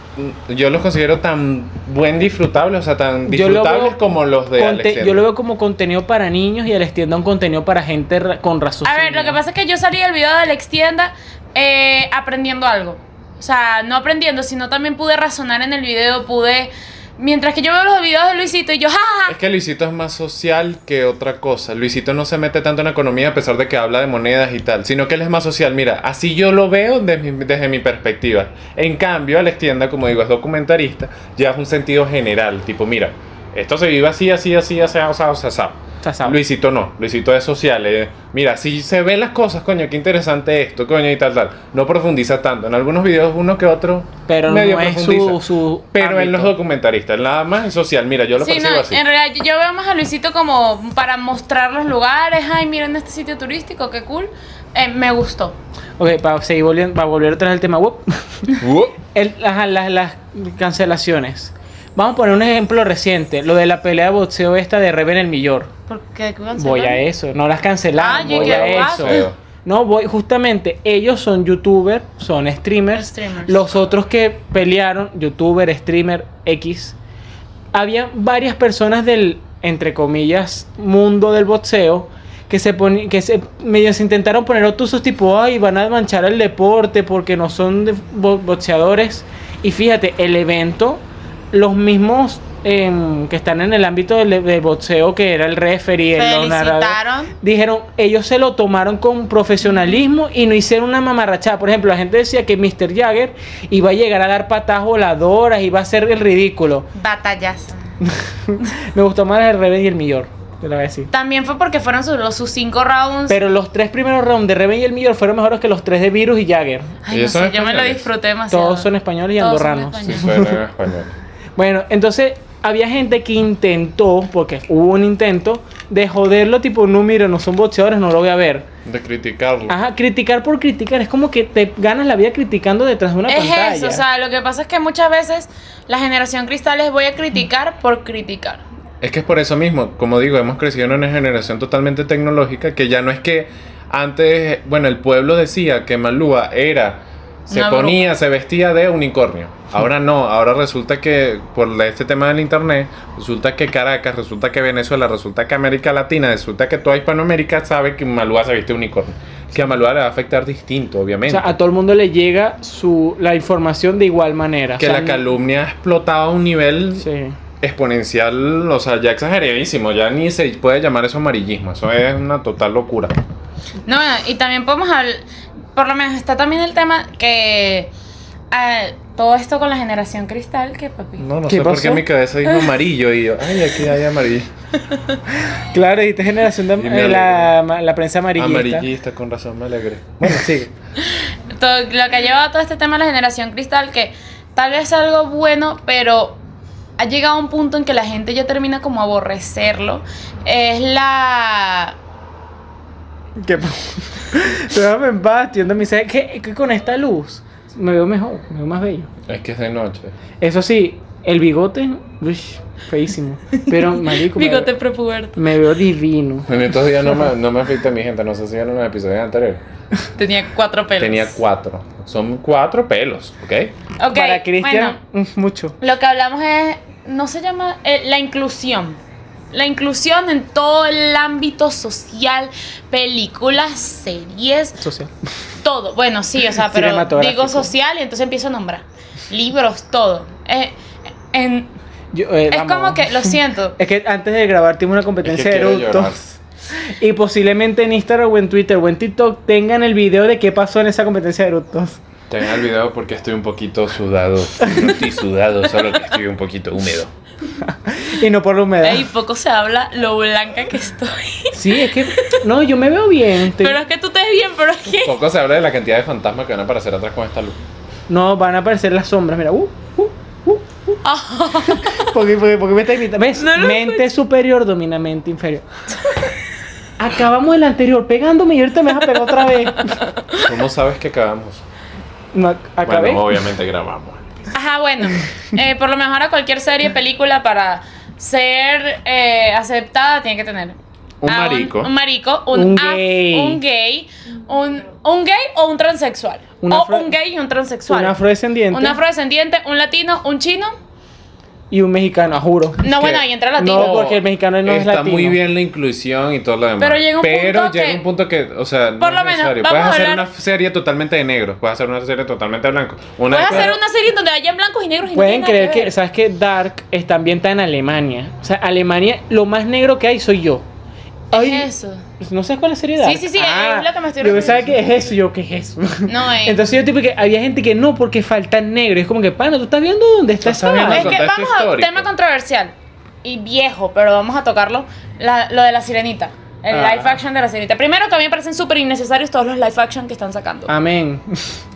Speaker 1: yo los considero tan buen disfrutables, o sea, tan
Speaker 2: Yo lo veo
Speaker 1: disfrutables como los de
Speaker 2: Conte-
Speaker 1: Alexander.
Speaker 2: yo lo veo como contenido para niños y él extienda un contenido para gente ra- con
Speaker 3: A
Speaker 2: raciocinio.
Speaker 3: ver, lo que pasa es que yo salí del video de Alex Tienda eh, aprendiendo algo. O sea, no aprendiendo, sino también pude razonar en el video, pude... Mientras que yo veo los videos de Luisito y yo, jajaja,
Speaker 1: Es que Luisito es más social que otra cosa. Luisito no se mete tanto en la economía a pesar de que habla de monedas y tal, sino que él es más social. Mira, así yo lo veo desde mi, desde mi perspectiva. En cambio, Alex Tienda, como digo, es documentarista, ya es un sentido general. Tipo, mira, esto se vive así, así, así, así, así, así, así.
Speaker 2: Está sabio.
Speaker 1: Luisito no, Luisito es social. eh. Mira, si se ven las cosas, coño, qué interesante esto, coño, y tal, tal. No profundiza tanto. En algunos videos, uno que otro.
Speaker 2: pero no
Speaker 1: medio
Speaker 2: es su,
Speaker 1: profundiza.
Speaker 2: su
Speaker 1: Pero él
Speaker 2: ámbito.
Speaker 1: no es documentarista, él nada más es social. Mira, yo lo
Speaker 3: Sí,
Speaker 1: percibo
Speaker 3: no,
Speaker 1: así.
Speaker 3: en realidad yo- yo veo más a Luisito como para mostrar los lugares, ay, miren este sitio turístico, qué cool. Eh, me gustó.
Speaker 2: Ok, para seguir volviendo, para volver atrás al tema. Uop.
Speaker 1: Uh.
Speaker 2: <laughs> El- ajá, las, las cancelaciones. Vamos a poner un ejemplo reciente, lo de la pelea de boxeo esta de Reven el Millor.
Speaker 3: Porque
Speaker 2: Voy a eso, no las
Speaker 3: Ah,
Speaker 2: cancelaron,
Speaker 3: yo
Speaker 2: voy
Speaker 3: ya-
Speaker 2: a
Speaker 3: ah,
Speaker 2: eso.
Speaker 1: Feo.
Speaker 2: No, voy, justamente, ellos son youtubers, son streamers.
Speaker 3: Streamers.
Speaker 2: Los otros que pelearon, youtuber, streamer, X, había varias personas del, entre comillas, mundo del boxeo que se poni- que se medio se intentaron poner obtusos tipo, ay, van a manchar el deporte porque no son de- bo- boxeadores. Y fíjate, el evento, los mismos em, que están en el ámbito del, del boxeo, que era el referee, el narrador,
Speaker 3: Felicitaron.
Speaker 2: dijeron, ellos se lo tomaron con profesionalismo y no hicieron una mamarrachada. Por ejemplo, la gente decía que Mr. Jagger iba a llegar a dar patas voladoras, iba a hacer el ridículo.
Speaker 3: Batallas.
Speaker 2: Me gustó más el Reven y el Millor, te lo voy a decir.
Speaker 3: También fue porque fueron sus, los- sus cinco rounds.
Speaker 2: Pero los tres primeros rounds de Reven y el Millor fueron mejores que los tres de Virus y Jagger.
Speaker 3: Ay, no
Speaker 1: Ellos son
Speaker 3: sé, yo me lo
Speaker 1: españoles.
Speaker 3: disfruté demasiado.
Speaker 2: Todos son españoles y
Speaker 3: Todos son
Speaker 2: andorranos.
Speaker 3: españoles.
Speaker 1: Sí, suena en español.
Speaker 2: Bueno, entonces había gente que intentó, porque hubo un intento, de joderlo, tipo, no, mira, no son boxeadores, no lo voy a ver.
Speaker 1: De criticarlo.
Speaker 2: Ajá, criticar por criticar, es como que te ganas la vida criticando detrás de una
Speaker 3: es
Speaker 2: pantalla.
Speaker 3: eso, o sea, lo que pasa es que muchas veces la generación cristal les voy a criticar por criticar.
Speaker 1: Es que es por eso mismo, como digo, hemos crecido en una generación totalmente tecnológica que ya no es que antes, bueno, el pueblo decía que Malúa era, se
Speaker 3: Una
Speaker 1: ponía, se vestía de unicornio. Ahora no, ahora resulta que por la- este tema del internet, resulta que Caracas, resulta que Venezuela, resulta que América Latina, resulta que toda Hispanoamérica sabe que Malúa se viste de unicornio. Que a Malúa le va a afectar distinto,
Speaker 2: O
Speaker 1: obviamente.
Speaker 2: sea, a todo el mundo le llega su, la información de igual manera.
Speaker 1: que
Speaker 2: O sea,
Speaker 1: la calumnia ha explotado a un nivel
Speaker 2: Sí.
Speaker 1: exponencial, o sea, ya exageradísimo, ya ni se puede llamar eso amarillismo, eso es una total locura.
Speaker 3: No, bueno, y también podemos hablar, por lo menos está también el tema que eh, todo esto con la generación cristal, que papi.
Speaker 1: No, no
Speaker 2: ¿Qué
Speaker 1: sé por qué
Speaker 2: pasó? Ah.
Speaker 1: mi cabeza dijo amarillo y yo, ay, aquí hay amarillo.
Speaker 2: Claro, y esta generación de
Speaker 1: Y me
Speaker 2: eh, la, ma- la prensa amarillista.
Speaker 1: Amarillista, con razón me alegré. Bueno, sigue.
Speaker 3: Todo- lo que ha llevado a todo este tema de la generación cristal, que tal vez es algo bueno, pero ha llegado a un punto en que la gente ya termina como a aborrecerlo. Es la...
Speaker 2: <laughs> ¿Qué Te vas en paz, tío, me dice, ¿qué, qué con esta luz? Me veo mejor, me veo más bello.
Speaker 1: Es que es de noche.
Speaker 2: Eso sí, el bigote, uy, feísimo.
Speaker 3: <laughs>
Speaker 2: Pero, marico, me,
Speaker 3: Bigote
Speaker 2: veo,
Speaker 3: prepuberto.
Speaker 2: me veo divino.
Speaker 1: En estos días no me, no me afecta mi gente, no sé si vieron los episodios anteriores.
Speaker 3: Tenía cuatro pelos.
Speaker 1: Tenía cuatro. Son cuatro pelos, ¿ok?
Speaker 3: Ok,
Speaker 2: Para
Speaker 3: bueno.
Speaker 2: Cristian, mm, mucho.
Speaker 3: Lo que hablamos es, no se llama, eh, la inclusión. La inclusión en todo el ámbito social, películas, series,
Speaker 2: Social.
Speaker 3: todo. Bueno, sí,
Speaker 2: <laughs>
Speaker 3: o sea, pero
Speaker 2: Cinematográfico.
Speaker 3: digo social y entonces empiezo a nombrar. Libros, todo. Eh, en-
Speaker 2: Yo, eh,
Speaker 3: es
Speaker 2: vamos.
Speaker 3: como que, lo siento,
Speaker 2: <laughs> Es que antes de grabar tuvimos una
Speaker 1: Es que
Speaker 2: competencia de
Speaker 1: quiero llorar.
Speaker 2: eructos. Y posiblemente en Instagram o en Twitter o en TikTok tengan el video de qué pasó en esa competencia de eructos.
Speaker 1: Te ven el video porque estoy un poquito sudado. No estoy sudado, solo que estoy un poquito húmedo.
Speaker 2: Y no por la humedad.
Speaker 4: Ey, poco se habla lo blanca que estoy.
Speaker 2: <laughs> Sí, es que. No, yo me veo bien. te-
Speaker 4: Pero es que tú te ves bien, pero es que.
Speaker 1: Poco se habla de la cantidad de fantasmas que van a aparecer atrás con esta luz.
Speaker 2: No, van a aparecer las sombras. Mira, uh, uh, uh.
Speaker 3: <laughs>
Speaker 2: uh. Porque, porque, porque me está imitando. ¿Ves?
Speaker 4: No lo
Speaker 2: mente superior domina mente inferior. <laughs> Acabamos el anterior pegándome y ahorita me vas a pegar otra
Speaker 3: <laughs>
Speaker 2: vez.
Speaker 1: ¿Cómo sabes que acabamos?
Speaker 2: No, ac- acabé.
Speaker 1: Bueno, obviamente grabamos.
Speaker 3: Ajá, bueno. eh, por lo mejor a cualquier serie, película, para ser eh, aceptada, tiene que tener.
Speaker 1: Un
Speaker 3: a
Speaker 1: marico.
Speaker 3: Ah, Un, marico, un,
Speaker 2: Un
Speaker 3: af-
Speaker 2: gay.
Speaker 3: un gay. Un, un gay o un transexual.
Speaker 2: Un
Speaker 3: o
Speaker 2: afro-
Speaker 3: un gay y un transexual.
Speaker 2: un afrodescendiente
Speaker 3: Un afrodescendiente, un latino, un chino.
Speaker 2: y un mexicano, a juro.
Speaker 3: No, bueno, ahí entra latino.
Speaker 2: No, porque el mexicano no es
Speaker 1: Está
Speaker 2: latino.
Speaker 1: muy bien la inclusión y todo lo demás.
Speaker 3: Pero llega un
Speaker 1: Pero
Speaker 3: punto
Speaker 1: llega
Speaker 3: que-
Speaker 1: un punto que, o sea, no
Speaker 3: Por lo
Speaker 1: es
Speaker 3: menos,
Speaker 1: necesario.
Speaker 3: vamos
Speaker 1: Puedes
Speaker 3: a
Speaker 1: hacer
Speaker 3: hablar-
Speaker 1: una serie totalmente de negros, puedes hacer una serie totalmente de blancos. Una
Speaker 3: Puedes
Speaker 1: de-
Speaker 3: hacer una serie donde hayan blancos y negros y no
Speaker 2: Pueden
Speaker 3: tiene nada
Speaker 2: creer
Speaker 3: ver.
Speaker 2: que, ¿sabes qué? Dark está ambientada en Alemania. O sea, Alemania, lo más negro que hay soy yo. Ay,
Speaker 3: Es eso.
Speaker 2: ¿No sabes cuál es la serie Dark?
Speaker 3: Sí, sí, sí, es la que me estoy
Speaker 2: Yo
Speaker 3: refiriendo.
Speaker 2: ¿sabes qué es eso? Yo, ¿qué es eso? <laughs>
Speaker 3: No eh. es.
Speaker 2: Entonces yo tipo que había gente que no, porque falta negro. Y es como que, pana, ¿tú estás viendo dónde está
Speaker 1: Estás
Speaker 2: esa
Speaker 1: viendo
Speaker 2: vaina?
Speaker 3: es
Speaker 1: el
Speaker 3: que
Speaker 1: contexto
Speaker 3: vamos a
Speaker 1: histórico.
Speaker 3: tema controversial y viejo, pero vamos a tocarlo. la- lo de la sirenita. El
Speaker 2: Ah.
Speaker 3: live action de la sirenita. Primero que a mí me parecen súper innecesarios todos los live action que están
Speaker 1: <laughs>
Speaker 3: sacando.
Speaker 2: Amén.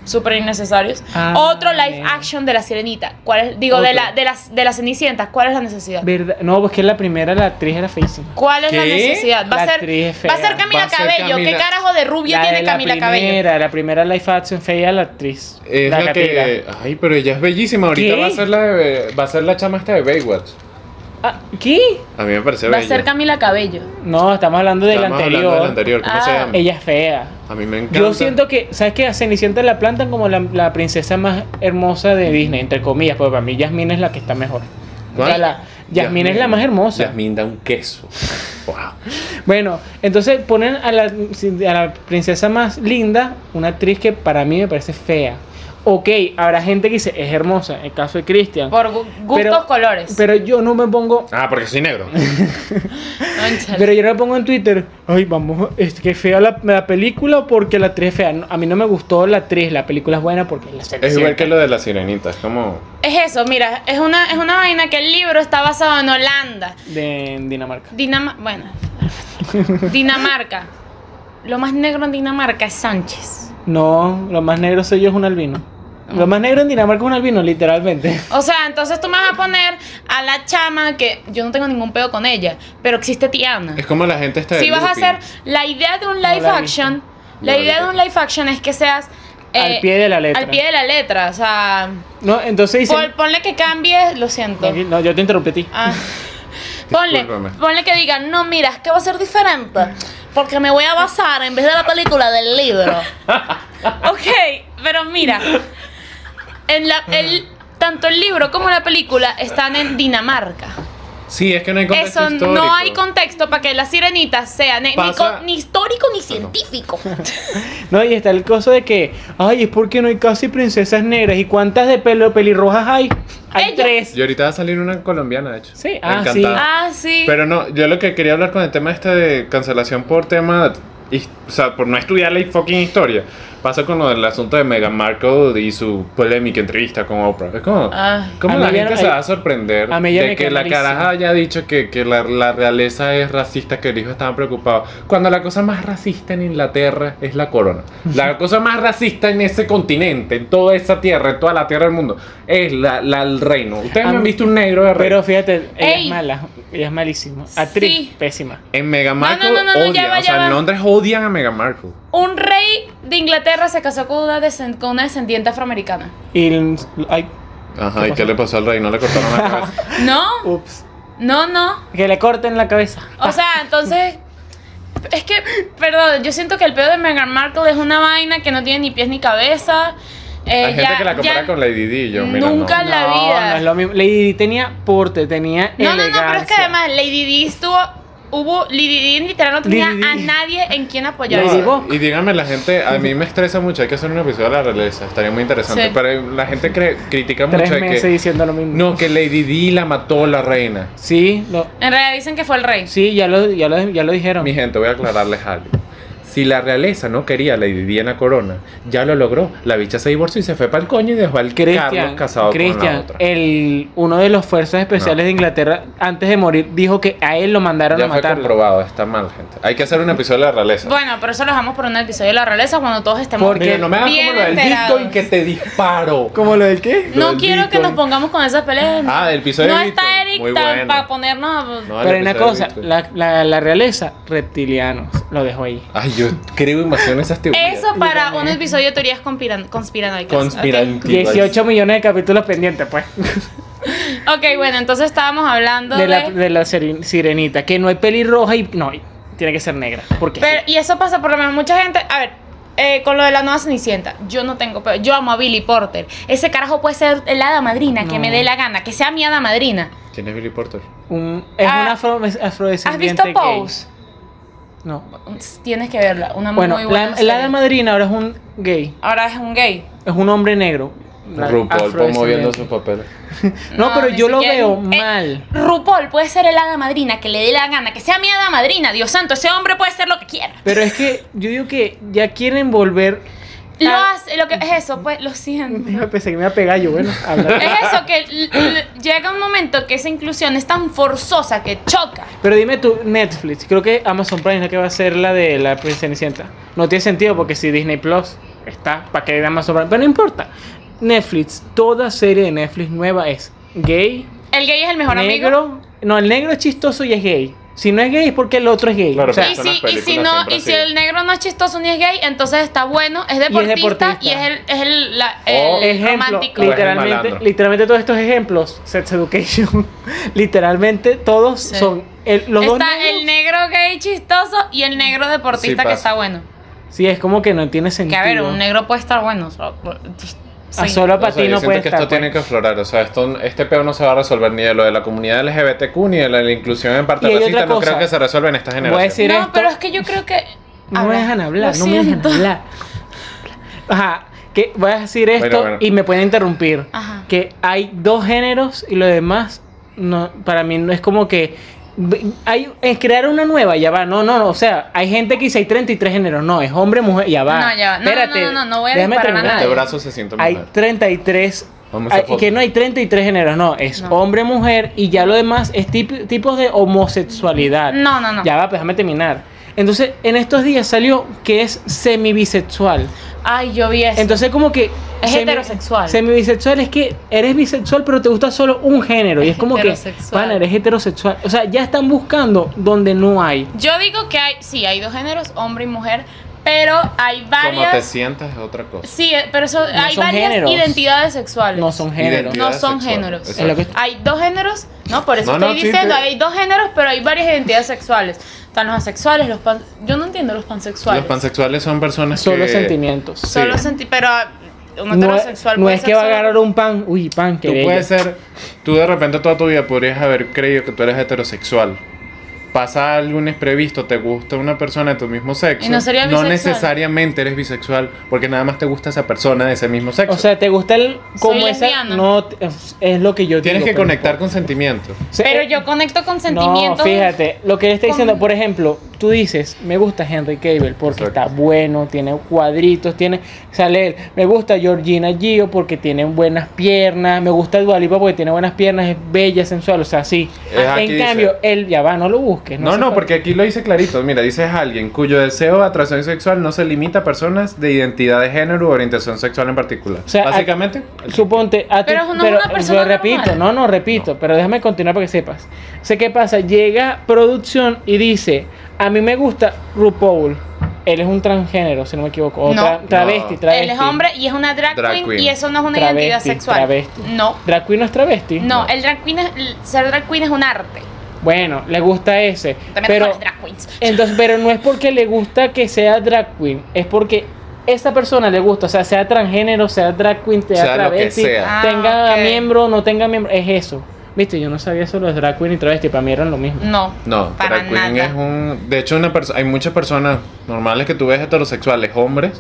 Speaker 3: Súper innecesarios.
Speaker 2: Ah,
Speaker 3: Otro live
Speaker 2: bien.
Speaker 3: action de la sirenita. ¿Cuál es, digo, de
Speaker 2: Otro.
Speaker 3: la, de, las, de las cenicientas. ¿Cuál es la necesidad?
Speaker 2: ¿Verdad? No, pues que la primera, la actriz era feísima.
Speaker 3: ¿Cuál es la
Speaker 1: ¿Qué?
Speaker 3: necesidad? Va a
Speaker 2: La
Speaker 3: ser,
Speaker 2: actriz es
Speaker 3: va a ser
Speaker 2: fea.
Speaker 3: Camila
Speaker 1: Va a ser
Speaker 3: Cabello. ¿Qué
Speaker 1: Camila-
Speaker 3: carajo de rubio
Speaker 2: La
Speaker 3: tiene
Speaker 2: de la
Speaker 3: Camila Cabello?
Speaker 2: primera, la primera life action fea, la actriz.
Speaker 1: Es la, que.
Speaker 2: capera.
Speaker 1: Ay, pero ella es bellísima. Ahorita
Speaker 2: ¿Qué?
Speaker 1: va a ser la de- va a ser la chama esta de Baywatch.
Speaker 2: Ah, ¿Qué?
Speaker 1: A mí me parece
Speaker 3: Va a
Speaker 1: bella.
Speaker 3: ser Camila Cabello.
Speaker 2: No, estamos hablando de la
Speaker 1: Estamos hablando
Speaker 2: anterior.
Speaker 1: de la anterior. ¿Cómo
Speaker 3: Ah.
Speaker 1: se llama?
Speaker 2: Ella es fea.
Speaker 1: A mí me encanta.
Speaker 2: Yo siento que, ¿sabes qué? A Cenicienta la plantan como la, la princesa más hermosa de Disney, entre comillas, porque para mí Yasmín es la que está mejor. O sea,
Speaker 1: ¿Cuál?
Speaker 2: la- Yasmín es la más hermosa.
Speaker 1: Yasmín da un queso. Wow.
Speaker 2: Bueno, entonces ponen a la, a la princesa más linda, una actriz que para mí me parece fea. Ok, habrá gente que dice, es hermosa, el caso de Christian.
Speaker 3: Por gu- gustos,
Speaker 2: Pero-
Speaker 3: colores.
Speaker 2: Pero yo no me pongo,
Speaker 1: Ah, porque soy
Speaker 2: <laughs>
Speaker 1: negro.
Speaker 4: Cónchale.
Speaker 2: pero yo no me pongo en Twitter, ay, vamos, es que fea la, la película porque la actriz es fea. No, a mí no me gustó la actriz, la película es buena porque la
Speaker 1: es igual
Speaker 2: Cenicienta.
Speaker 1: que lo de la sirenita. Es como.
Speaker 3: Es eso, mira, es una, es una vaina que el libro está basado en Holanda.
Speaker 2: De en Dinamarca.
Speaker 3: Dinam bueno,
Speaker 2: <laughs>
Speaker 3: Dinamarca. Lo más negro en Dinamarca es Sánchez.
Speaker 2: No, lo más negro soy yo es un albino. Lo más negro en Dinamarca es un albino, literalmente. <laughs>
Speaker 3: O sea, entonces tú me vas a poner a la chama que yo no tengo ningún pedo con ella, pero existe Tiana.
Speaker 1: Es como la gente está.
Speaker 3: Si vas a hacer la idea de un
Speaker 2: la he
Speaker 3: live
Speaker 2: visto.
Speaker 3: action,
Speaker 1: No
Speaker 3: la
Speaker 1: la he
Speaker 3: idea de
Speaker 1: visto.
Speaker 3: un live action es que seas eh,
Speaker 2: al pie de la letra.
Speaker 3: al pie de la letra, o sea,
Speaker 2: No, entonces dicen...
Speaker 3: pon- ponle que cambies, lo siento.
Speaker 2: No, yo te interrumpí a ti.
Speaker 1: <laughs>
Speaker 3: Ah. Ponle,
Speaker 1: Discúlpame.
Speaker 3: ponle que digan, no, mira, es que va a ser diferente. Porque me voy a basar en vez de la película del
Speaker 1: <laughs>
Speaker 3: libro. ok, pero mira. En la, el, tanto el libro como la película están en Dinamarca.
Speaker 1: Sí, es que no hay contexto.
Speaker 3: Eso
Speaker 1: histórico.
Speaker 3: no hay contexto para que la sirenita sea ni, ni
Speaker 1: Pasa-
Speaker 3: con- ni histórico
Speaker 1: <laughs>
Speaker 3: ni científico.
Speaker 2: No, y está el coso de que, ay, es porque no hay casi princesas negras. ¿Y cuántas de pelo pelirrojas hay? Hay
Speaker 3: Ella.
Speaker 2: tres.
Speaker 1: Y ahorita va a salir una colombiana, de hecho.
Speaker 2: Sí, ah, sí.
Speaker 1: Encantada.
Speaker 3: ah, sí.
Speaker 1: Pero no, yo lo que quería hablar con el tema este de cancelación por tema, his- o sea, por no estudiar la fucking historia, pasa con lo del asunto de Meghan Markle y su polémica entrevista con Oprah. Es como,
Speaker 3: Ay.
Speaker 1: ¿cómo
Speaker 2: Ah, A
Speaker 1: la
Speaker 2: mí ya
Speaker 1: gente
Speaker 2: no-
Speaker 1: se
Speaker 2: ay,
Speaker 1: va a sorprender
Speaker 2: a mí ya me
Speaker 1: de que
Speaker 2: quedó
Speaker 1: la
Speaker 2: malísimo.
Speaker 1: caraja haya dicho que, que la, la realeza es racista, que el hijo estaba preocupado? Cuando la cosa más racista en Inglaterra es la corona.
Speaker 2: <laughs>
Speaker 1: La cosa más racista en ese continente, en toda esa tierra, en toda la tierra del mundo, es la, la- el reino. Ustedes
Speaker 2: A
Speaker 1: no han
Speaker 2: mí-
Speaker 1: visto un negro de reino.
Speaker 2: Pero fíjate, ella
Speaker 3: Ey.
Speaker 2: es mala. Ella es malísima. Actriz,
Speaker 3: Sí.
Speaker 2: pésima.
Speaker 1: En Meghan
Speaker 3: no,
Speaker 1: Markle
Speaker 3: no, no, no,
Speaker 1: odian,
Speaker 3: ya va,
Speaker 1: o
Speaker 3: ya
Speaker 1: sea,
Speaker 3: va.
Speaker 1: en Londres odian a Meghan Markle.
Speaker 3: Un rey de Inglaterra se casó con una, descend- con una descendiente afroamericana.
Speaker 2: Y. el- Ay,
Speaker 1: Ajá,
Speaker 2: ¿y
Speaker 1: ¿y
Speaker 2: pasó?
Speaker 1: qué le pasó al rey? No le cortaron <laughs> la cabeza.
Speaker 3: No,
Speaker 1: Uh.
Speaker 2: ups.
Speaker 3: no, no.
Speaker 2: Que le corten la cabeza.
Speaker 3: O sea, entonces. Es que, perdón, yo siento que el pedo de Meghan Markle es una vaina que no tiene ni pies ni cabeza. Eh,
Speaker 1: Hay gente
Speaker 3: ya-
Speaker 1: que la compara
Speaker 3: ya-
Speaker 1: con Lady Di, yo, mira,
Speaker 3: Nunca
Speaker 1: no.
Speaker 3: la
Speaker 2: no,
Speaker 3: vida.
Speaker 2: no es lo mismo. Lady Di tenía porte, tenía
Speaker 3: No, no, no,
Speaker 2: elegancia.
Speaker 3: pero es que además Lady Di estuvo. Hubo. Lady Di literal no tenía
Speaker 2: Lady Di.
Speaker 3: a nadie en quien apoyarse.
Speaker 2: Lady Vogue.
Speaker 1: Y dígame, la gente, a mí me estresa mucho, hay que hacer un episodio de la realeza, estaría muy interesante,
Speaker 3: Sí.
Speaker 1: pero la gente cre- critica
Speaker 2: Tres
Speaker 1: mucho de
Speaker 2: meses
Speaker 1: que...
Speaker 2: diciendo lo mismo.
Speaker 1: No, que Lady Di la mató la reina.
Speaker 2: Sí, lo-
Speaker 3: En realidad dicen que fue el rey.
Speaker 2: sí ya, lo, ya, lo, ya lo dijeron.
Speaker 1: Mi gente, voy a aclararles algo. Si la realeza no quería a Lady Diana Corona, ya lo logró. La bicha se divorció y se fue para el coño y dejó al Carlos
Speaker 2: Christian,
Speaker 1: casado con la
Speaker 2: Christian
Speaker 1: otra.
Speaker 2: el, uno de los fuerzas especiales de Inglaterra, antes de morir, dijo que a él lo mandaron
Speaker 1: Ya
Speaker 2: a
Speaker 1: fue
Speaker 2: matarlo.
Speaker 1: comprobado, está mal, gente. Hay que hacer un episodio de la realeza.
Speaker 3: Bueno, pero eso lo dejamos por un episodio de la realeza cuando todos estemos
Speaker 2: Porque
Speaker 1: Mira, no me hagas
Speaker 3: bien
Speaker 1: como lo del
Speaker 3: enterados.
Speaker 1: Bitcoin que te disparo.
Speaker 2: ¿Como lo del qué?
Speaker 3: No
Speaker 1: del
Speaker 3: quiero que
Speaker 1: Bitcoin.
Speaker 3: nos pongamos con esas peleas.
Speaker 1: Ah, del episodio
Speaker 3: No
Speaker 1: de
Speaker 3: está
Speaker 1: Bitcoin.
Speaker 3: Eric
Speaker 1: Muy
Speaker 3: tan
Speaker 1: bueno.
Speaker 3: para ponernos.
Speaker 1: No, el
Speaker 2: Pero hay
Speaker 1: episodio
Speaker 2: una
Speaker 1: de
Speaker 2: cosa,
Speaker 1: Bitcoin.
Speaker 2: la, la- la realeza, reptilianos, lo dejo ahí.
Speaker 1: Ay, yo creo invasiones esas teorías.
Speaker 3: Eso para
Speaker 2: también.
Speaker 3: un episodio de teorías conspiran conspiranoicas.
Speaker 1: Conspirante.
Speaker 2: 18 millones de capítulos pendientes, pues.
Speaker 3: Ok, Ok, bueno, entonces estábamos hablando de.
Speaker 2: De la, de la seren- sirenita, que no hay pelirroja y. No, tiene que ser negra. Porque
Speaker 3: Pero- y eso pasa por lo menos mucha gente. A ver, eh, con lo de la nueva Cenicienta, yo no tengo. pe- Yo amo a Billy Porter. Ese carajo puede ser el hada madrina que
Speaker 2: No.
Speaker 3: me dé la gana, que sea mi hada madrina.
Speaker 1: ¿Quién es Billy Porter?
Speaker 2: un- es
Speaker 3: Ah,
Speaker 2: una afro, es
Speaker 3: ¿Has
Speaker 2: afrodescendiente.
Speaker 3: visto
Speaker 2: gay.
Speaker 3: Pose?
Speaker 2: No.
Speaker 3: Tienes que verla. Una
Speaker 2: Bueno,
Speaker 3: muy buena.
Speaker 2: la,
Speaker 3: serie.
Speaker 2: la hada madrina ahora es un gay.
Speaker 3: Ahora es un gay.
Speaker 2: Es un hombre negro. la-
Speaker 1: RuPaul promoviendo
Speaker 2: afrodescendiente.
Speaker 1: sus papeles.
Speaker 2: No,
Speaker 3: No,
Speaker 2: pero
Speaker 3: ni
Speaker 2: yo lo
Speaker 3: siquiera-
Speaker 2: veo
Speaker 3: eh,
Speaker 2: mal.
Speaker 3: RuPaul puede ser el hada madrina que le dé la gana, que sea mi hada madrina. Dios santo, ese hombre puede ser lo que quiera.
Speaker 2: Pero es que yo digo que ya quieren volver. <laughs>
Speaker 3: Lo
Speaker 2: Ah.
Speaker 3: hace, lo que es eso, pues, lo siento.
Speaker 2: Yo pensé que me iba a pegar yo, bueno. habla.
Speaker 3: <laughs> Es eso que l- l- llega un momento que esa inclusión es tan forzosa que choca.
Speaker 2: Pero dime tú, Netflix, creo que Amazon Prime es la que va a ser la de la princesa Cenicienta. No tiene sentido porque si Disney Plus está, ¿para qué Amazon Prime? Pero no importa. Netflix, toda serie de Netflix nueva es gay,
Speaker 3: El gay es el mejor
Speaker 2: negro.
Speaker 3: amigo.
Speaker 2: No, el negro es chistoso y es gay. Si no es gay es porque el otro es gay.
Speaker 1: Claro,
Speaker 2: o sea,
Speaker 3: Y
Speaker 1: Son las
Speaker 3: si, y si
Speaker 1: películas
Speaker 3: no,
Speaker 1: siempre
Speaker 3: y si
Speaker 1: así.
Speaker 3: el negro no es chistoso ni es gay, entonces está bueno, es deportista y es,
Speaker 2: deportista.
Speaker 3: el, es el, la-
Speaker 1: O-
Speaker 3: el
Speaker 2: ejemplo,
Speaker 1: Literal. O
Speaker 3: romántico.
Speaker 1: es el
Speaker 2: literalmente,
Speaker 1: malandro.
Speaker 2: literalmente todos estos ejemplos, Sex Education, <laughs> literalmente todos
Speaker 3: Sí.
Speaker 2: son el- los dos
Speaker 3: Está
Speaker 2: negros.
Speaker 3: el negro gay chistoso y el negro
Speaker 1: Sí
Speaker 3: deportista
Speaker 1: pasa.
Speaker 3: que está bueno.
Speaker 2: Sí, es como que no tiene
Speaker 3: Que
Speaker 2: sentido.
Speaker 3: a ver, un negro puede estar bueno. o sea,
Speaker 2: A
Speaker 3: sí.
Speaker 2: solo
Speaker 1: O sea, yo
Speaker 2: patino
Speaker 1: siento
Speaker 2: puede
Speaker 1: que
Speaker 2: estar.
Speaker 1: esto
Speaker 2: pues.
Speaker 1: tiene que aflorar. O sea, esto, este peo no se va a resolver ni de lo de la comunidad LGBTQ ni de la, la inclusión en parte
Speaker 2: Y hay
Speaker 1: racista.
Speaker 2: otra
Speaker 1: No
Speaker 2: cosa.
Speaker 1: creo que se resuelva en esta generación.
Speaker 2: decir-
Speaker 3: No,
Speaker 2: esto.
Speaker 3: pero es que yo creo que.
Speaker 2: No me
Speaker 3: Habla.
Speaker 2: dejan hablar,
Speaker 3: Lo
Speaker 2: no me dejan
Speaker 3: siento.
Speaker 2: hablar. Ajá, que voy a decir esto
Speaker 1: bueno.
Speaker 2: y me pueden interrumpir.
Speaker 3: Ajá.
Speaker 2: Que hay dos géneros y lo demás, no, para mí no es como que. Hay, es crear una nueva, ya va. No, no, no. O sea, hay gente que dice hay 33 géneros. No, es hombre, mujer, ya va.
Speaker 3: No, ya va. No,
Speaker 2: Espérate,
Speaker 3: no, no, no, no voy a
Speaker 2: déjame
Speaker 3: disparar a
Speaker 2: terminar.
Speaker 3: nadie.
Speaker 1: Este brazo se siente
Speaker 2: Hay
Speaker 1: mujer.
Speaker 2: 33.
Speaker 1: Vamos a
Speaker 2: hay-
Speaker 1: foto.
Speaker 2: que no hay 33 géneros, no. Es hombre, mujer y ya lo demás es tip- tipos de homosexualidad.
Speaker 3: <laughs> No, no, no.
Speaker 2: Ya va, pues déjame terminar. Entonces, en estos días salió que es semibisexual.
Speaker 3: Ay, yo vi eso.
Speaker 2: Entonces, como que.
Speaker 3: Es heterosexual.
Speaker 2: Semibisexual es que eres bisexual, pero te gusta solo un género. y es como que.
Speaker 3: heterosexual.
Speaker 2: Van, eres heterosexual. O sea, ya están buscando donde no hay.
Speaker 3: Yo digo que hay, sí, hay dos géneros, hombre y mujer, pero hay
Speaker 1: Como te
Speaker 3: varias.
Speaker 1: sientas es otra cosa.
Speaker 3: Sí, eh, pero eso- hay
Speaker 2: son
Speaker 3: varias
Speaker 2: géneros.
Speaker 3: identidades sexuales.
Speaker 2: No son géneros.
Speaker 1: Identidad
Speaker 3: No son
Speaker 1: sexual.
Speaker 3: géneros.
Speaker 2: Es lo que-
Speaker 1: Exacto.
Speaker 3: Hay dos géneros, no, por eso
Speaker 1: No, no,
Speaker 3: estoy
Speaker 1: sí,
Speaker 3: diciendo,
Speaker 1: te-
Speaker 3: hay dos géneros, pero hay varias identidades sexuales. Están los asexuales, los pan. Yo no entiendo los pansexuales.
Speaker 1: Los pansexuales son personas
Speaker 2: Solo
Speaker 1: que...
Speaker 2: sentimientos.
Speaker 3: Solo
Speaker 1: sí.
Speaker 3: sentí, pero ah, un
Speaker 2: No,
Speaker 3: heterosexual
Speaker 2: no
Speaker 3: puede
Speaker 2: es
Speaker 3: ser
Speaker 2: que va a
Speaker 3: solo-
Speaker 2: agarrar un pan. Uy, pan, que
Speaker 1: Tú puedes ser... Tú de repente toda tu vida podrías haber creído que tú eres heterosexual. Pasa algo imprevisto, te gusta una persona de tu mismo sexo.
Speaker 3: Y no sería bisexual.
Speaker 1: necesariamente eres bisexual porque nada más te gusta esa persona de ese mismo sexo.
Speaker 2: O sea, ¿te gusta el. como esa-
Speaker 3: lesbiana.
Speaker 2: No, te- es, es lo que yo
Speaker 1: Tienes
Speaker 2: digo,
Speaker 1: que
Speaker 2: pero-
Speaker 1: conectar con sentimientos.
Speaker 2: O sea,
Speaker 3: Pero
Speaker 2: eh,
Speaker 3: yo conecto con sentimientos.
Speaker 2: No, fíjate, lo que él está diciendo,
Speaker 3: con-
Speaker 2: por ejemplo, tú dices, me gusta Henry Cable porque
Speaker 1: Exacto.
Speaker 2: está bueno, tiene cuadritos, tiene, sale él, me gusta Georgina Gio porque tiene buenas piernas, me gusta Dualipa porque tiene buenas piernas, es bella, sensual, o sea, sí.
Speaker 1: Es aquí
Speaker 2: en
Speaker 1: dice.
Speaker 2: cambio, él ya va, no lo busques.
Speaker 1: No,
Speaker 2: hace
Speaker 1: no,
Speaker 2: falta.
Speaker 1: porque aquí lo dice clarito. Mira, dice es alguien cuyo deseo de atracción sexual no se limita a personas de identidad de género u orientación sexual en particular.
Speaker 2: O sea,
Speaker 1: Básicamente, el-
Speaker 2: Suponte, a ti- eh,
Speaker 3: Pero no es una persona
Speaker 2: lo repito,
Speaker 3: normal.
Speaker 2: no, no, repito, pero déjame continuar para que sepas. Sé qué pasa, llega producción y dice, a mí me gusta RuPaul. Él es un transgénero, si no me equivoco. O
Speaker 3: No.
Speaker 2: tra- travesti,
Speaker 1: No.
Speaker 2: travesti.
Speaker 3: Él es hombre y es una drag,
Speaker 1: Drag
Speaker 3: queen,
Speaker 1: queen.
Speaker 3: y eso no es una
Speaker 2: Travesti,
Speaker 3: identidad sexual.
Speaker 2: travesti.
Speaker 3: No.
Speaker 2: ¿Drag queen no es travesti?
Speaker 3: No, el drag queen es, el- ser drag queen es un arte.
Speaker 2: Bueno, le gusta ese.
Speaker 3: También
Speaker 2: pero,
Speaker 3: son las drag queens.
Speaker 2: entonces, pero no es porque le gusta que sea drag queen, es porque esa persona le gusta, o sea, sea transgénero, sea drag queen, sea,
Speaker 1: Sea lo que
Speaker 2: travesti,
Speaker 1: sea.
Speaker 3: Ah,
Speaker 2: tenga
Speaker 3: ok.
Speaker 2: miembro, no tenga miembro, es eso. Viste, yo no sabía eso de los drag queen y travesti, para mí eran lo mismo.
Speaker 3: No.
Speaker 1: no,
Speaker 3: para
Speaker 1: drag queen
Speaker 3: nada.
Speaker 1: es un. De hecho, una perso- hay muchas personas normales que tú ves heterosexuales, hombres,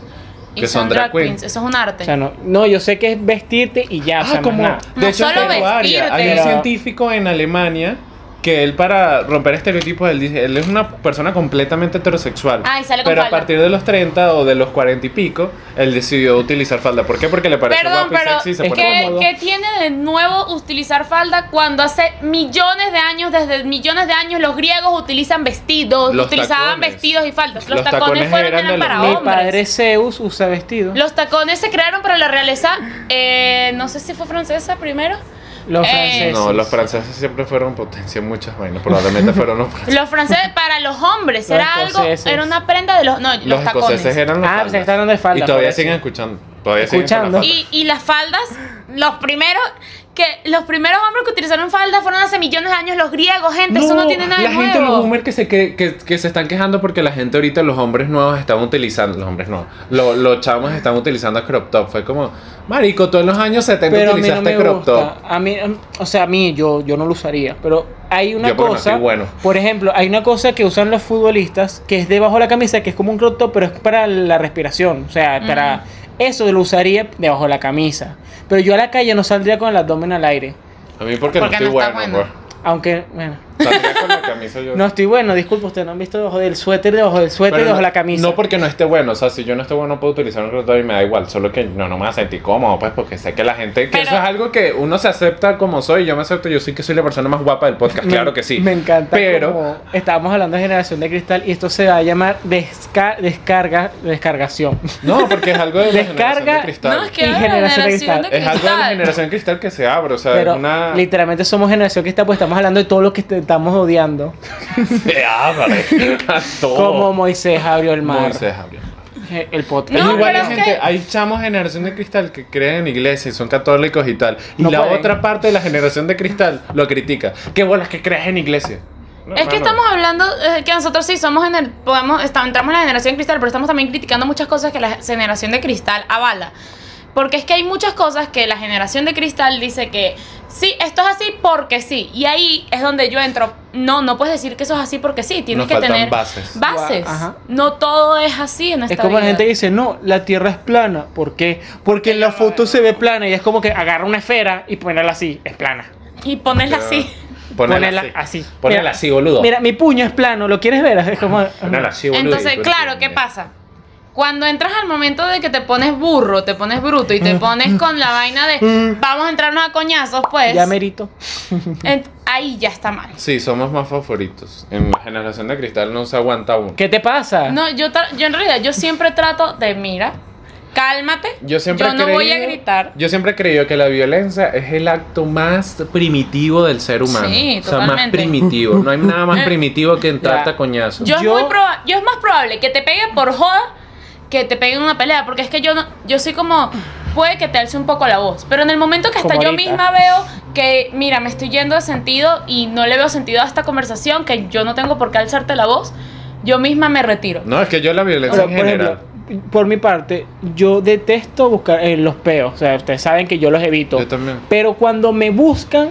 Speaker 3: Y
Speaker 1: que son drag, queens.
Speaker 3: Eso es un arte.
Speaker 2: O sea, no, no, yo sé que es
Speaker 3: Ah,
Speaker 2: vestirte y ya, o sea, más nada.
Speaker 1: Ah, De
Speaker 3: No
Speaker 1: hecho, en
Speaker 3: solo
Speaker 1: tu área, hay un
Speaker 3: vestirte.
Speaker 1: científico en Alemania que él para romper estereotipos, él dice, él es una persona completamente heterosexual.
Speaker 3: Ah, y sale con
Speaker 1: pero
Speaker 3: falda.
Speaker 1: a partir de los 30 o de los 40 y pico, él decidió utilizar falda. ¿Por qué? Porque le parece
Speaker 3: Perdón,
Speaker 1: guapo y
Speaker 3: pero
Speaker 1: sexy y se pone
Speaker 3: ¿qué,
Speaker 1: cómodo.
Speaker 3: qué tiene de nuevo utilizar falda cuando hace millones de años, desde millones de años, los griegos utilizan vestidos,
Speaker 1: Los
Speaker 3: utilizaban
Speaker 1: tacones.
Speaker 3: vestidos y faldas? Los,
Speaker 1: Los
Speaker 3: tacones,
Speaker 1: tacones
Speaker 3: fueron
Speaker 1: eran
Speaker 3: eran
Speaker 1: de los-
Speaker 3: para
Speaker 1: Mi
Speaker 2: Mi
Speaker 3: hombres.
Speaker 2: padre Zeus usa vestido.
Speaker 3: Los tacones se crearon para la realeza, eh, no sé si fue francesa primero.
Speaker 2: Los
Speaker 3: eh,
Speaker 2: franceses.
Speaker 1: No, los franceses siempre fueron potencia en muchas vainas. Probablemente fueron <laughs> los franceses.
Speaker 3: Los franceses para los hombres,
Speaker 2: Los
Speaker 3: era algo,
Speaker 2: escoceses.
Speaker 3: era una prenda de los, no, los,
Speaker 1: Los
Speaker 3: tacones.
Speaker 1: escoceses eran los
Speaker 2: Ah,
Speaker 1: faldas.
Speaker 2: se están dando de falda,
Speaker 1: Y todavía
Speaker 2: por
Speaker 1: siguen
Speaker 2: eso.
Speaker 1: escuchando. Todavía siguen con la
Speaker 2: Escuchando.
Speaker 1: falda.
Speaker 3: Y, y las faldas, los primeros que los primeros hombres que utilizaron faldas fueron hace millones de años los griegos, gente, eso no tiene nada
Speaker 1: la
Speaker 3: de
Speaker 1: gente,
Speaker 3: nuevo.
Speaker 1: los boomers que se, que, que, que se están quejando porque la gente ahorita, los hombres nuevos están utilizando, los hombres nuevos, lo- los chamos están utilizando crop top. Fue como, marico, tú en los años 70
Speaker 2: pero a mí no
Speaker 1: utilizaste
Speaker 2: me
Speaker 1: crop
Speaker 2: gusta.
Speaker 1: top.
Speaker 2: A mí, em, o sea, a mí yo, yo no lo usaría. Pero hay una
Speaker 1: Yo porque no
Speaker 2: cosa.
Speaker 1: estoy bueno.
Speaker 2: Por ejemplo, hay una cosa que usan los futbolistas que es debajo de la camisa, que es como un crop top, pero es para la respiración. O sea, para eso lo usaría debajo de la camisa. Pero yo a la calle no saldría con el abdomen al aire.
Speaker 1: A mí porque,
Speaker 3: Porque
Speaker 1: no estoy
Speaker 3: no está
Speaker 1: bueno,
Speaker 3: bueno.
Speaker 1: bro.
Speaker 2: Aunque, bueno.
Speaker 1: Saldría con la camisa <laughs> yo.
Speaker 2: No estoy bueno, disculpa, ustedes no han visto debajo del suéter, debajo del suéter,
Speaker 1: Pero
Speaker 2: debajo de
Speaker 1: no-
Speaker 2: la camisa.
Speaker 1: No porque no esté bueno, o sea, si yo no esté bueno puedo utilizar un crop top y me da igual, solo que no, no me voy a sentir cómodo, pues, porque sé que la gente, que
Speaker 3: Pero-
Speaker 1: eso es algo que uno se acepta como soy, yo me acepto, yo sí que soy la persona más guapa del podcast,
Speaker 2: <laughs> Me-
Speaker 1: Ah, claro que sí.
Speaker 2: Me encanta.
Speaker 1: Pero
Speaker 2: como estábamos hablando de generación de cristal y esto se va a llamar desca- descarga, descargación.
Speaker 1: No, porque es algo de la generación
Speaker 2: Descarga-
Speaker 1: de cristal.
Speaker 3: No, es que
Speaker 2: Y
Speaker 3: ahora
Speaker 2: generación de
Speaker 3: generación de
Speaker 1: Es algo de la
Speaker 3: cristal.
Speaker 1: generación cristal que se abre, o sea,
Speaker 2: Pero
Speaker 1: es una...
Speaker 2: literalmente somos generación cristal, pues estamos hablando de todo lo que te- estamos odiando.
Speaker 1: <laughs> se
Speaker 2: <laughs>
Speaker 1: abre. todo.
Speaker 2: Como Moisés abrió el mar.
Speaker 1: Moisés abrió.
Speaker 2: Eh, El podcast.
Speaker 3: No,
Speaker 1: es igual
Speaker 3: pero
Speaker 1: hay
Speaker 3: es
Speaker 1: gente,
Speaker 3: que-
Speaker 1: hay chamos generación de cristal que creen en iglesia y son católicos y tal. Y
Speaker 2: No
Speaker 1: la
Speaker 2: pueden.
Speaker 1: otra parte de la generación de cristal lo critica. ¿Qué bolas que crees en iglesia? No,
Speaker 3: Es
Speaker 1: hermano.
Speaker 3: que estamos hablando eh, que nosotros sí somos en el- podemos esta- entramos en la generación cristal, pero estamos también criticando muchas cosas que la generación de cristal avala. Porque es que hay muchas cosas que la generación de cristal dice que sí, esto es así porque sí. Y ahí es donde yo entro. No, no puedes decir que eso es así porque sí. Tienes
Speaker 1: Nos
Speaker 3: que
Speaker 1: faltan
Speaker 3: tener
Speaker 1: bases.
Speaker 3: bases.
Speaker 2: Gua- ajá.
Speaker 3: No todo es así en esta
Speaker 2: Es como la
Speaker 3: vida.
Speaker 2: gente que dice, no, la tierra es plana. ¿Por qué? Porque en la foto se ve plana y es como que agarra una esfera y ponerla así, es plana.
Speaker 3: Y ponerla así.
Speaker 2: Ponela
Speaker 1: Ponela
Speaker 2: así.
Speaker 1: así. Ponela
Speaker 2: Mira,
Speaker 1: así, boludo.
Speaker 2: Mira, mi puño es plano, ¿lo quieres ver? Es como.
Speaker 1: Ponela así, boludo.
Speaker 3: Entonces, claro, ¿qué pasa? Cuando entras al momento de que te pones burro, te pones bruto
Speaker 1: <laughs>
Speaker 3: y te pones con la vaina de vamos a entrarnos a coñazos, pues
Speaker 2: Ya merito.
Speaker 3: ent- ahí ya está mal.
Speaker 1: Sí, somos más favoritos. En la generación de cristal no se aguanta uno.
Speaker 2: ¿Qué te pasa?
Speaker 3: No, yo, tra- yo en realidad, yo siempre trato de, mira, cálmate,
Speaker 1: Yo siempre he
Speaker 3: no voy a
Speaker 1: creído-
Speaker 3: gritar.
Speaker 1: Yo siempre he creído que la violencia es el acto más primitivo del ser humano.
Speaker 3: Sí,
Speaker 1: o sea, más
Speaker 3: totalmente.
Speaker 1: primitivo. No hay nada
Speaker 3: <laughs>
Speaker 1: más primitivo que entrarte
Speaker 2: Ya.
Speaker 1: a coñazos.
Speaker 3: Yo, es
Speaker 2: Yo-
Speaker 3: muy proba- yo es más probable que te pegue por joda que te peguen una pelea, porque es que yo no, yo soy como puede que te alce un poco la voz, pero en el momento que hasta
Speaker 2: Como
Speaker 3: yo
Speaker 2: ahorita.
Speaker 3: misma veo que mira, me estoy yendo de sentido y no le veo sentido a esta conversación, que yo no tengo por qué alzarte la voz, yo misma me retiro.
Speaker 1: No, es que yo la
Speaker 2: O
Speaker 1: violencia
Speaker 2: sea,
Speaker 1: en
Speaker 2: por
Speaker 1: general.
Speaker 2: ejemplo, por mi parte, yo detesto buscar eh, los peos. O sea, ustedes saben que yo los evito.
Speaker 1: Yo también.
Speaker 2: Pero cuando me buscan,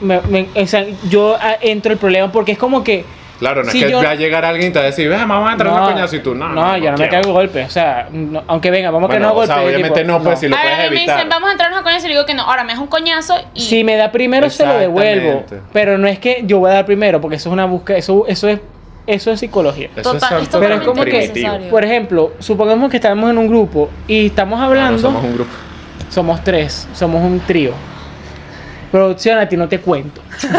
Speaker 2: me- me- o sea, yo ah, entro el problema porque es como que.
Speaker 1: claro, no
Speaker 2: si
Speaker 1: es que
Speaker 2: yo-
Speaker 1: va a llegar alguien y te va a decir, "Ve, vamos a entrar a una coñazo y tú, Ah, no.
Speaker 2: No, yo no me
Speaker 1: quiero".
Speaker 2: caigo golpe. O sea, no- aunque venga, vamos a que
Speaker 1: Bueno,
Speaker 2: no
Speaker 1: o
Speaker 2: golpe.
Speaker 1: sea, obviamente no, pues si lo
Speaker 3: a ver,
Speaker 1: puedes
Speaker 3: a mí me
Speaker 1: evitar.
Speaker 3: dicen, vamos a entrarnos a coñazo y le digo que no. Ahora me das un coñazo y
Speaker 2: Si me da primero, se lo devuelvo.
Speaker 1: Exactamente.
Speaker 2: Pero no es que yo voy a dar primero, porque eso es una búsqueda. Eso, eso, es, eso es psicología.
Speaker 1: Eso es
Speaker 3: Total-
Speaker 1: algo
Speaker 3: es totalmente
Speaker 2: Pero es como que-
Speaker 3: innecesario.
Speaker 2: Por ejemplo, supongamos que estamos en un grupo y estamos
Speaker 1: No,
Speaker 2: hablando.
Speaker 1: no somos un grupo.
Speaker 2: Somos tres, somos un trío. Producción, a ti no te cuento. <laughs>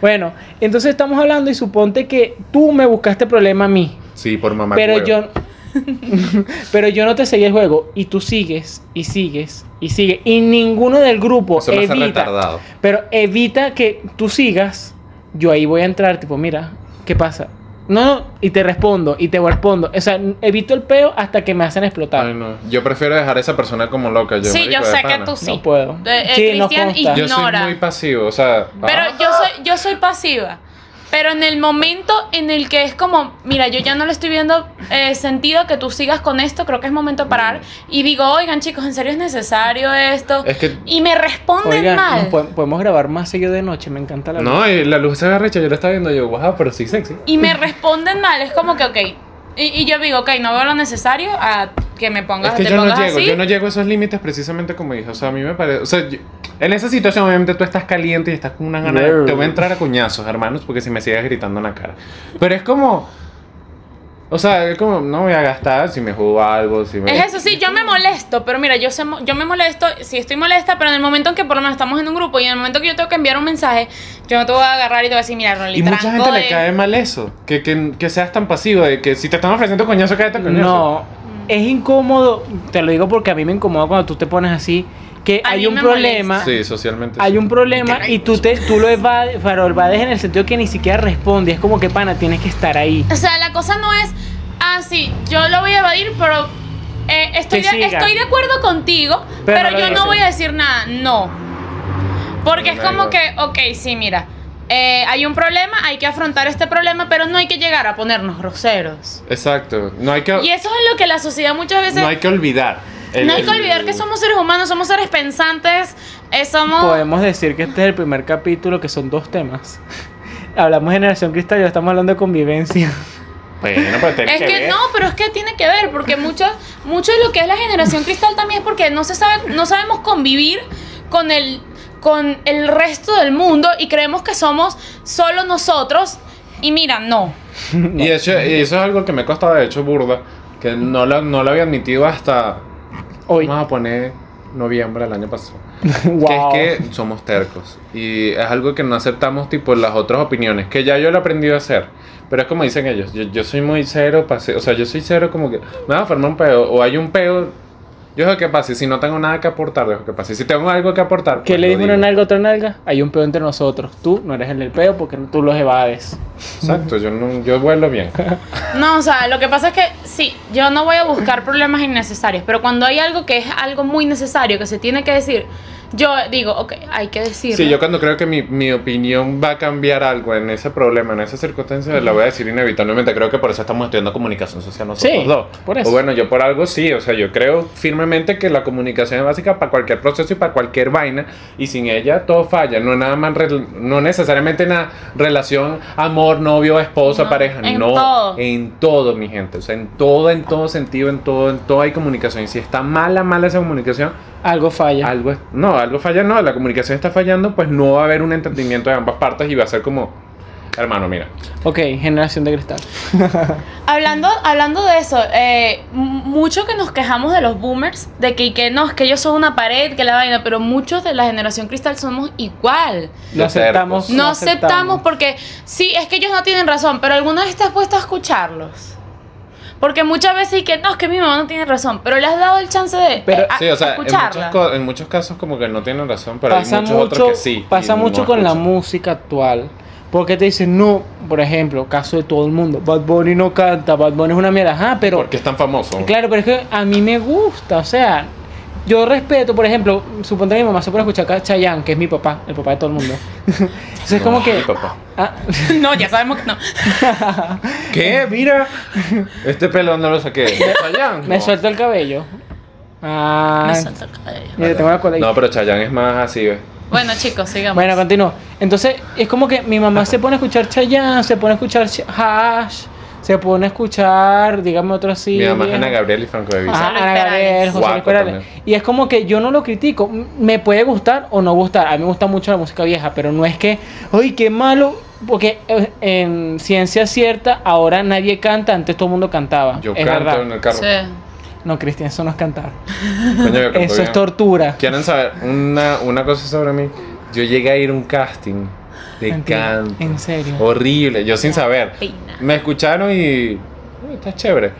Speaker 2: bueno, entonces estamos hablando y suponte que tú me buscaste problema a mí,
Speaker 1: Sí, por mamá.
Speaker 2: pero
Speaker 1: huevo.
Speaker 2: yo, <laughs> pero yo no te seguí el juego y tú sigues y sigues y sigues y ninguno del grupo
Speaker 1: Eso me hace
Speaker 2: evita,
Speaker 1: retardado.
Speaker 2: pero evita que tú sigas. Yo ahí voy a entrar, tipo, mira, ¿qué pasa? No, no, y te respondo y te respondo. O sea, evito el peo hasta que me hacen explotar.
Speaker 1: Ay, no. Yo prefiero dejar a esa persona como loca. Yo,
Speaker 3: sí,
Speaker 1: marico,
Speaker 3: yo
Speaker 1: de
Speaker 3: sé que
Speaker 1: pana.
Speaker 3: tú sí.
Speaker 2: No puedo.
Speaker 3: Eh, eh,
Speaker 2: Sí, nos
Speaker 3: Cristian
Speaker 2: consta.
Speaker 3: y-
Speaker 1: Yo
Speaker 3: Ignora.
Speaker 1: soy muy pasivo, o sea.
Speaker 3: Pero
Speaker 1: ah,
Speaker 3: yo soy, yo soy pasiva. Pero en el momento en el que es como, mira, yo ya no le estoy viendo eh, sentido que tú sigas con esto, creo que es momento de parar. Y digo, oigan chicos, ¿en serio es necesario esto?
Speaker 1: Mm. Es que
Speaker 3: Y me responden
Speaker 2: Oigan, nos
Speaker 3: mal.
Speaker 2: po- podemos grabar más seguido de noche, me encanta la
Speaker 1: No, y la luz se ve recha, yo la estaba viendo yo, guau, pero sí sexy.
Speaker 3: Y me responden mal, es como que, ok. Y, y yo digo, ok, no veo lo necesario a que me pongas,
Speaker 1: Es que
Speaker 3: te
Speaker 1: yo no
Speaker 3: pongas
Speaker 1: llego,
Speaker 3: así.
Speaker 1: yo no llego a esos límites precisamente como dije. O sea, a mí me parece. O sea, yo- En esa situación, obviamente, tú estás caliente y estás con una gana de...
Speaker 5: Brr.
Speaker 1: Te voy a entrar a cuñazos, hermanos, porque si me sigues gritando en la cara. Pero es como... O sea, es como, no voy a gastar si me juego algo, si me...
Speaker 3: Es eso, sí, yo me molesto, pero mira, yo, se mo- yo me molesto, sí estoy molesta, pero en el momento en que por lo menos estamos en un grupo y en el momento que yo tengo que enviar un mensaje, yo no te voy a agarrar y te voy a decir, mira, Rolly,
Speaker 1: Y mucha
Speaker 3: tranco
Speaker 1: gente le
Speaker 3: de-
Speaker 1: cae mal eso, que, que, que seas tan pasivo, de que si te están ofreciendo coñazo, cállate coñazo.
Speaker 2: No, es incómodo, te lo digo porque a mí me incomoda cuando tú te pones así, que
Speaker 3: A
Speaker 2: hay
Speaker 3: mí
Speaker 2: un
Speaker 3: me
Speaker 2: problema,
Speaker 1: Sí, socialmente.
Speaker 2: hay un problema y tú te tú lo evades, pero lo evades en el sentido que ni siquiera responde, es como que pana, tienes que estar ahí.
Speaker 3: O sea, la cosa no es, ah, sí, yo lo voy a evadir, pero eh, estoy,
Speaker 2: Que
Speaker 3: de,
Speaker 2: siga.
Speaker 3: estoy de acuerdo contigo,
Speaker 2: Pero
Speaker 3: pero,
Speaker 2: no lo
Speaker 3: yo
Speaker 2: dices.
Speaker 3: no voy a decir nada, no. Porque es
Speaker 1: Da
Speaker 3: como
Speaker 1: igual.
Speaker 3: que, ok, sí, mira, eh, hay un problema, hay que afrontar este problema, pero no hay que llegar a ponernos groseros.
Speaker 1: Exacto. No hay que,
Speaker 3: Y eso es lo que la sociedad muchas veces...
Speaker 1: no hay que olvidar. el-
Speaker 3: no hay que olvidar que somos seres humanos, somos seres pensantes, eh, somos...
Speaker 2: Podemos decir que este es el primer capítulo que son dos temas. <laughs> Hablamos generación cristal, ya estamos hablando de convivencia.
Speaker 1: Bueno, pero tenés
Speaker 3: Es que
Speaker 1: ver.
Speaker 3: no, pero es que tiene que ver, porque mucho, mucho de lo que es la generación cristal también es porque no se sabe, no sabemos convivir con el, con el resto del mundo y creemos que somos solo nosotros. Y mira, no.
Speaker 1: Y, eso, y eso es algo que me costaba, de hecho, burda, que no lo, no lo había admitido hasta,
Speaker 2: Hoy.
Speaker 1: vamos a poner, noviembre del año pasado.
Speaker 2: Wow.
Speaker 1: Que es que somos tercos. Y es algo que no aceptamos, tipo, las otras opiniones. Que ya yo lo he aprendido a hacer. Pero es como dicen ellos. Yo, yo soy muy cero. Pase, o sea, yo soy cero como que. Me va a formar un peo. O hay un peo. Yo dejo que pase. Si no tengo nada que aportar, dejo que pase. Si tengo algo que aportar.
Speaker 2: ¿Qué
Speaker 1: pues
Speaker 2: le
Speaker 1: lo
Speaker 2: dijo una
Speaker 1: digo.
Speaker 2: nalga a otra nalga? Hay un peo entre nosotros. Tú no eres el del peo porque tú los evades.
Speaker 1: Exacto. Yo, no, yo vuelo
Speaker 2: <laughs>
Speaker 1: bien.
Speaker 3: No, o sea, lo que pasa es que sí, yo no voy a buscar problemas innecesarios, pero cuando hay algo que es algo muy necesario que se tiene que decir, yo digo, ok, hay que decirlo.
Speaker 1: Sí, yo cuando creo que mi, mi opinión va a cambiar algo en ese problema, en esa circunstancia, la voy a decir inevitablemente. Creo que por eso estamos estudiando comunicación social nosotros
Speaker 2: Sí,
Speaker 1: dos.
Speaker 2: por eso.
Speaker 1: O bueno, yo por algo sí, o sea, yo creo firmemente que la comunicación es básica para cualquier proceso y para cualquier vaina, y sin ella todo falla. No nada más, rel- no necesariamente en la relación amor, novio, esposa,
Speaker 3: No,
Speaker 1: pareja,
Speaker 3: en
Speaker 1: no.
Speaker 3: todo.
Speaker 1: En todo, mi gente. O sea, en todo, en todo sentido, en todo, en todo hay comunicación. Y si está mala, mala esa comunicación,
Speaker 2: Algo falla.
Speaker 1: algo es- no, algo falla, no, la comunicación está fallando, pues no va a haber un entendimiento de ambas partes y va a ser como, hermano, mira,
Speaker 2: Ok, generación de cristal.
Speaker 3: Hablando, hablando de eso, eh, m- mucho que nos quejamos de los boomers, de que, que no, es que ellos son una pared, que la vaina, pero muchos de la generación cristal somos igual.
Speaker 2: Lo
Speaker 1: Los
Speaker 2: aceptamos.
Speaker 1: tercos.
Speaker 3: No aceptamos. porque sí, es que ellos no tienen razón, pero alguna vez estás puesto a escucharlos. Porque muchas veces y que no, es que mi mamá no tiene razón, pero le has dado el chance de
Speaker 2: Pero-
Speaker 3: eh, a-
Speaker 1: sí, o sea, en muchos,
Speaker 3: escucharla.
Speaker 1: co- en muchos casos como que no tienen razón, pero
Speaker 2: pasa
Speaker 1: hay muchos
Speaker 2: mucho,
Speaker 1: otros que sí. y
Speaker 2: pasa
Speaker 1: no
Speaker 2: mucho con la
Speaker 1: escuchan.
Speaker 2: música actual. Porque te dicen, no, por ejemplo, caso de todo el mundo, Bad Bunny no canta, Bad Bunny es una mierda. Ajá, pero.
Speaker 1: Porque es tan famoso.
Speaker 2: Claro, pero es que a mí me gusta, o sea, yo respeto, por ejemplo, suponte que mi mamá se puede escuchar a Chayanne, que es mi papá, el papá de todo el mundo. <laughs> Entonces es como
Speaker 1: No,
Speaker 2: que...
Speaker 1: mi papá.
Speaker 2: Ah,
Speaker 3: <laughs>
Speaker 2: <laughs>
Speaker 3: no, ya sabemos que no.
Speaker 1: ¿Qué? Mira, este pelón no lo saqué. <laughs> Chayanne,
Speaker 2: me
Speaker 1: no.
Speaker 2: suelto el cabello. Ah,
Speaker 3: Me saltó el cabello.
Speaker 2: mira, tengo la cola ahí.
Speaker 1: No, pero Chayanne es más así, ¿ves?
Speaker 3: Bueno, chicos, sigamos.
Speaker 2: Bueno, continúo. Entonces, es como que mi mamá se pone a escuchar Chayanne, se pone a escuchar Ch- Hash, se pone a escuchar, dígame otro así.
Speaker 1: Mi mamá es
Speaker 2: viejo.
Speaker 1: Ana Gabriel y Franco de Vita.
Speaker 2: Ah,
Speaker 3: José Luis
Speaker 2: Ana
Speaker 3: Perales.
Speaker 2: Gabriel, José
Speaker 1: Guaco
Speaker 2: Luis Perales.
Speaker 1: también.
Speaker 2: Y es como que yo no lo critico. M- Me puede gustar o no gustar. A mí me gusta mucho la música vieja, pero no es que, ¡ay, qué malo! Porque eh, en ciencia cierta, ahora nadie canta, antes todo el mundo cantaba.
Speaker 1: Yo
Speaker 2: Ah, es
Speaker 1: canto
Speaker 2: verdad.
Speaker 1: en el carro.
Speaker 3: Sí.
Speaker 2: No, Cristian, eso no es cantar.
Speaker 1: Coño, yo canto
Speaker 2: Eso es
Speaker 1: bien.
Speaker 2: tortura.
Speaker 1: ¿Quieren saber una, una cosa sobre mí? Yo llegué a ir a un casting de
Speaker 2: Mentira,
Speaker 1: canto.
Speaker 2: en serio.
Speaker 1: Horrible, yo sin saber.
Speaker 3: pena.
Speaker 1: Me escucharon y. "Uy, Está chévere.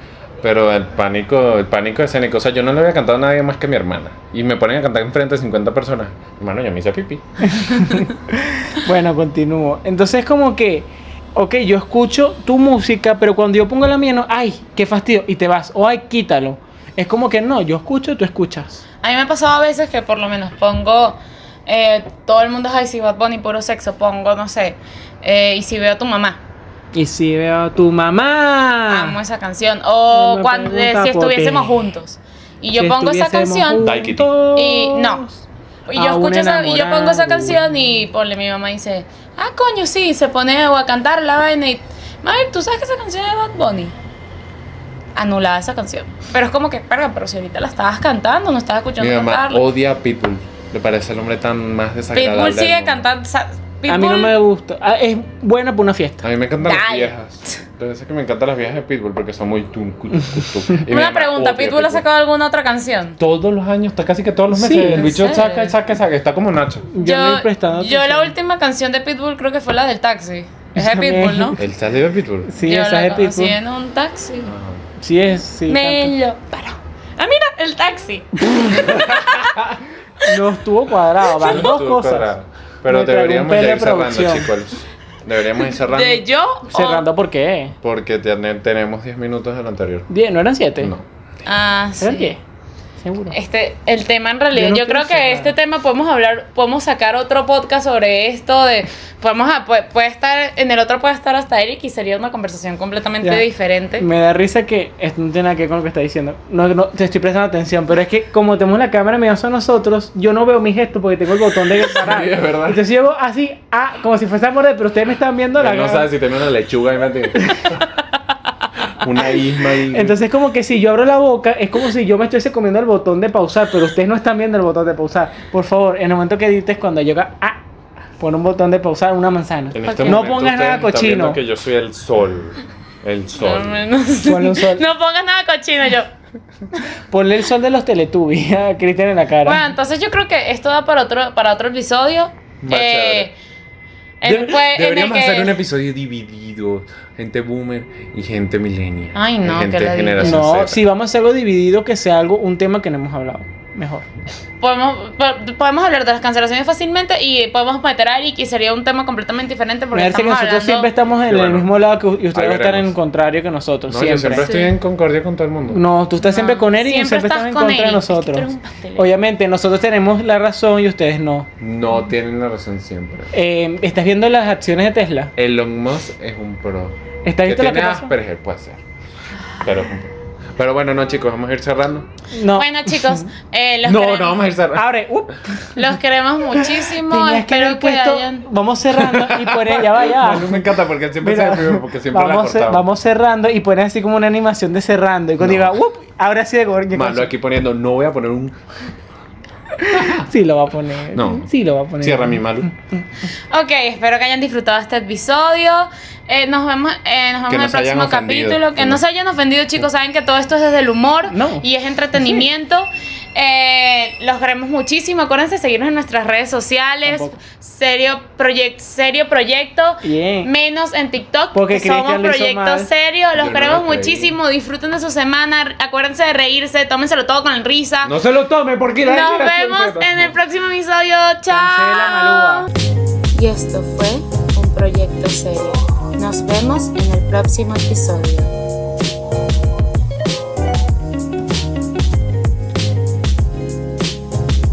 Speaker 1: Pero el pánico, el pánico escénico. O sea, yo no le había cantado a nadie más que a mi hermana. Y me ponen a cantar enfrente de 50 personas. Hermano, yo me hice pipí.
Speaker 2: Bueno, continúo. Entonces, como que, ok, yo escucho tu música, pero cuando yo pongo la mía, no, ¡ay, qué fastidio! Y te vas, o ¡ay, quítalo! Es como que no, yo escucho, tú escuchas.
Speaker 3: A mí me ha pasado a veces que por lo menos pongo, eh, todo el mundo es, ay, si Bad Bunny, puro sexo, pongo, no sé, eh, y si veo a tu mamá,
Speaker 2: Y si veo a tu mamá.
Speaker 3: amo esa canción, o
Speaker 2: Ah. No me
Speaker 3: cuando, de-
Speaker 2: pregunta
Speaker 3: si
Speaker 2: por ti.
Speaker 3: estuviésemos juntos, y yo
Speaker 2: Si
Speaker 3: pongo esa
Speaker 2: estuviésemos
Speaker 3: canción,
Speaker 1: Dai, Kitty.
Speaker 2: juntos.
Speaker 3: y no, y yo,
Speaker 2: Aún
Speaker 3: escucho esa, y yo pongo esa
Speaker 2: enamorados.
Speaker 3: canción y ponle, mi mamá dice, ah, coño, sí, se pone o a cantar la vaina y, mami, ¿tú sabes que esa canción es de Bad Bunny? Anulada esa canción, pero es como que, verga, pero si ahorita la estabas cantando, no estabas escuchando
Speaker 1: Mi mamá
Speaker 3: cantarla.
Speaker 1: odia a Pitbull. Me parece el hombre tan más desagradable.
Speaker 3: Pitbull
Speaker 1: del
Speaker 3: sigue
Speaker 1: mundo.
Speaker 3: cantando. o sea, Pitbull,
Speaker 2: A mí no me gusta. Ah, es buena para una fiesta.
Speaker 1: A mí me encantan las
Speaker 3: Dale.
Speaker 1: viejas. Lo que pasa es que me encantan las viejas de Pitbull porque son muy tum, cu, tu, cu,
Speaker 3: <laughs>
Speaker 1: tu. Y mi
Speaker 3: Una
Speaker 1: mamá
Speaker 3: pregunta,
Speaker 1: odia
Speaker 3: ¿Pitbull ha sacado alguna otra canción?
Speaker 1: Todos los años, está casi que todos los meses.
Speaker 2: Sí,
Speaker 1: el
Speaker 2: ¿en
Speaker 1: bicho
Speaker 3: serio?
Speaker 1: saca, y saca, y saca. Está como Nacho.
Speaker 2: Yo, no he prestado
Speaker 3: yo la
Speaker 2: atención.
Speaker 3: última canción de Pitbull creo que fue la del taxi. Es de
Speaker 2: Esa
Speaker 3: Pitbull,
Speaker 2: misma.
Speaker 3: ¿no?
Speaker 1: ¿El sale de Pitbull?
Speaker 2: <laughs> Sí,
Speaker 3: yo
Speaker 2: esa
Speaker 3: la
Speaker 2: es
Speaker 3: conocí
Speaker 2: Pitbull.
Speaker 3: en un taxi.
Speaker 2: Sí, es. Sí,
Speaker 3: me lo paró. Ah, mira, el taxi.
Speaker 2: canta. No estuvo
Speaker 1: <laughs>
Speaker 2: cuadrado, van dos
Speaker 1: Estuvo
Speaker 2: cosas.
Speaker 1: cuadrado. Pero
Speaker 2: Me traigo un
Speaker 1: deberíamos
Speaker 2: pelo
Speaker 1: ya
Speaker 2: de
Speaker 1: ir cerrando,
Speaker 2: producción.
Speaker 1: chicos. Deberíamos ir cerrando.
Speaker 3: De yo. o-
Speaker 2: Cerrando, ¿por qué?
Speaker 1: Porque ten- tenemos 10 minutos del anterior.
Speaker 2: Diez, ¿No eran siete?
Speaker 1: No.
Speaker 3: Ah,
Speaker 2: ¿Eran
Speaker 3: sí.
Speaker 2: diez? Seguro.
Speaker 3: Este, el tema en realidad,
Speaker 2: Yo
Speaker 3: yo,
Speaker 2: no quiero
Speaker 3: creo que
Speaker 2: cerrar.
Speaker 3: este tema podemos hablar, podemos sacar otro podcast sobre esto de, podemos, a- puede, puede estar, en el otro puede estar hasta Eric y sería una conversación completamente
Speaker 2: Ya.
Speaker 3: diferente.
Speaker 2: Me da risa que esto no tiene nada que ver con lo que está diciendo. No, no, te estoy prestando atención, pero es que como tenemos la cámara medio a nosotros, yo no veo mi gesto porque tengo el
Speaker 1: <laughs>
Speaker 2: botón de parar.
Speaker 1: Sí, es verdad.
Speaker 2: Entonces llevo así, ah, como si fuese a morder, pero ustedes me están viendo la
Speaker 1: Él no
Speaker 2: cara.
Speaker 1: sabe si tiene una lechuga y
Speaker 2: <laughs>
Speaker 1: mete- Una isma y...
Speaker 2: Entonces como que si yo abro la boca, es como si yo me estuviese comiendo el botón de pausar, pero ustedes no están viendo el botón de pausar. Por favor, en el momento que edites, cuando llega, ah, pon un botón de pausar, una manzana.
Speaker 1: En este
Speaker 2: No
Speaker 1: momento
Speaker 2: pongas
Speaker 1: ustedes
Speaker 2: nada
Speaker 1: están viendo
Speaker 2: cochino.
Speaker 1: que yo soy el sol. El sol.
Speaker 3: No, no sé.
Speaker 2: Ponle un sol.
Speaker 3: <laughs> No pongas nada cochino yo.
Speaker 2: Ponle el sol de los teletubbies a Cristian en la cara.
Speaker 3: Bueno, entonces yo creo que esto da para otro, para otro episodio.
Speaker 1: Va,
Speaker 3: Eh,
Speaker 1: De-
Speaker 3: en- pues, en el
Speaker 1: deberíamos
Speaker 3: que-
Speaker 1: hacer un episodio dividido. Gente boomer y gente millennial.
Speaker 3: Ay, no,
Speaker 1: Y
Speaker 3: que
Speaker 1: Gente
Speaker 3: la
Speaker 1: generación
Speaker 2: No,
Speaker 1: Z.
Speaker 2: si vamos a hacerlo dividido, que sea algo, un tema que no hemos hablado. Mejor.
Speaker 3: podemos, po- podemos hablar de las cancelaciones fácilmente y podemos meter a Eric y sería un tema completamente diferente
Speaker 2: Me
Speaker 3: porque
Speaker 2: parece que
Speaker 3: estamos
Speaker 2: nosotros
Speaker 3: hablando-
Speaker 2: siempre estamos en
Speaker 1: Sí, bueno.
Speaker 2: el mismo lado que u- y ustedes
Speaker 1: Ahí
Speaker 2: van a estar en
Speaker 1: veremos.
Speaker 2: el contrario que nosotros.
Speaker 1: No, yo
Speaker 2: siempre.
Speaker 1: siempre estoy en concordia con todo el mundo.
Speaker 2: No, tú estás siempre
Speaker 3: No,
Speaker 2: con Eric y
Speaker 3: siempre
Speaker 2: siempre estás,
Speaker 3: estás
Speaker 2: en
Speaker 3: con
Speaker 2: contra de
Speaker 3: Eric. Es que tú
Speaker 2: nosotros.
Speaker 3: eres un pastelero.
Speaker 2: Obviamente, nosotros tenemos la razón y ustedes no.
Speaker 1: No tienen la razón siempre.
Speaker 2: Eh, ¿Estás viendo las acciones de Tesla?
Speaker 1: Elon Musk es un pro.
Speaker 2: ¿Está
Speaker 1: que
Speaker 2: visto lo
Speaker 1: tiene
Speaker 2: que pasa?
Speaker 1: Asperger, puede ser. Pero, es un pro. Pero bueno, no, chicos, vamos a ir cerrando.
Speaker 2: No.
Speaker 3: Bueno,
Speaker 1: <laughs>
Speaker 3: chicos, eh, los,
Speaker 1: no,
Speaker 3: queremos, Ah,
Speaker 1: no vamos a ir cerrando.
Speaker 2: Abre. Up.
Speaker 3: los
Speaker 1: <laughs>
Speaker 3: queremos muchísimo.
Speaker 2: Tenías que
Speaker 3: Espero
Speaker 2: haber
Speaker 3: que,
Speaker 2: puesto-
Speaker 3: hayan.
Speaker 2: Vamos cerrando y poner.
Speaker 1: <laughs>
Speaker 2: Ya vaya.
Speaker 1: Manu me encanta porque él siempre
Speaker 2: Mira,
Speaker 1: sale primero, porque siempre la
Speaker 2: vamos,
Speaker 1: cortamos.
Speaker 2: vamos cerrando y pones así como una animación de cerrando. Y cuando
Speaker 1: No.
Speaker 2: diga, "Up", ahora sí de gordo.
Speaker 1: Manu aquí poniendo, no voy a poner un...
Speaker 2: Sí lo va a poner.
Speaker 1: No.
Speaker 2: Sí lo va a poner.
Speaker 1: Cierra mi Malu.
Speaker 3: Ok, espero que hayan disfrutado este episodio. Eh, nos vemos, eh, nos vemos
Speaker 1: Que
Speaker 3: en el
Speaker 1: nos hayan
Speaker 3: próximo
Speaker 1: ofendido.
Speaker 3: capítulo. Que
Speaker 1: Que
Speaker 3: no
Speaker 1: nos-
Speaker 3: se hayan ofendido, chicos. Saben que todo esto es desde el humor
Speaker 2: No.
Speaker 3: y es entretenimiento. Eh, los queremos muchísimo. Acuérdense de seguirnos en nuestras redes sociales.
Speaker 2: Tampoco.
Speaker 3: Serio, proyect, serio Proyecto.
Speaker 2: Bien.
Speaker 3: Menos en TikTok.
Speaker 2: Porque
Speaker 3: que somos
Speaker 2: Cristian lo hizo
Speaker 3: Proyecto
Speaker 2: mal.
Speaker 3: Serio.
Speaker 1: Yo
Speaker 3: Los
Speaker 1: no
Speaker 3: queremos
Speaker 1: lo creí.
Speaker 3: muchísimo. Disfruten de su semana. Acuérdense de reírse. Tómenselo todo con risa.
Speaker 1: No se lo tome porque <laughs> la
Speaker 3: Ah. Nos
Speaker 1: generación
Speaker 3: vemos
Speaker 1: Z.
Speaker 3: en el próximo episodio.
Speaker 2: Cancela, Malúa.
Speaker 3: Chao.
Speaker 6: Y esto fue un proyecto serio. Nos vemos en el próximo episodio.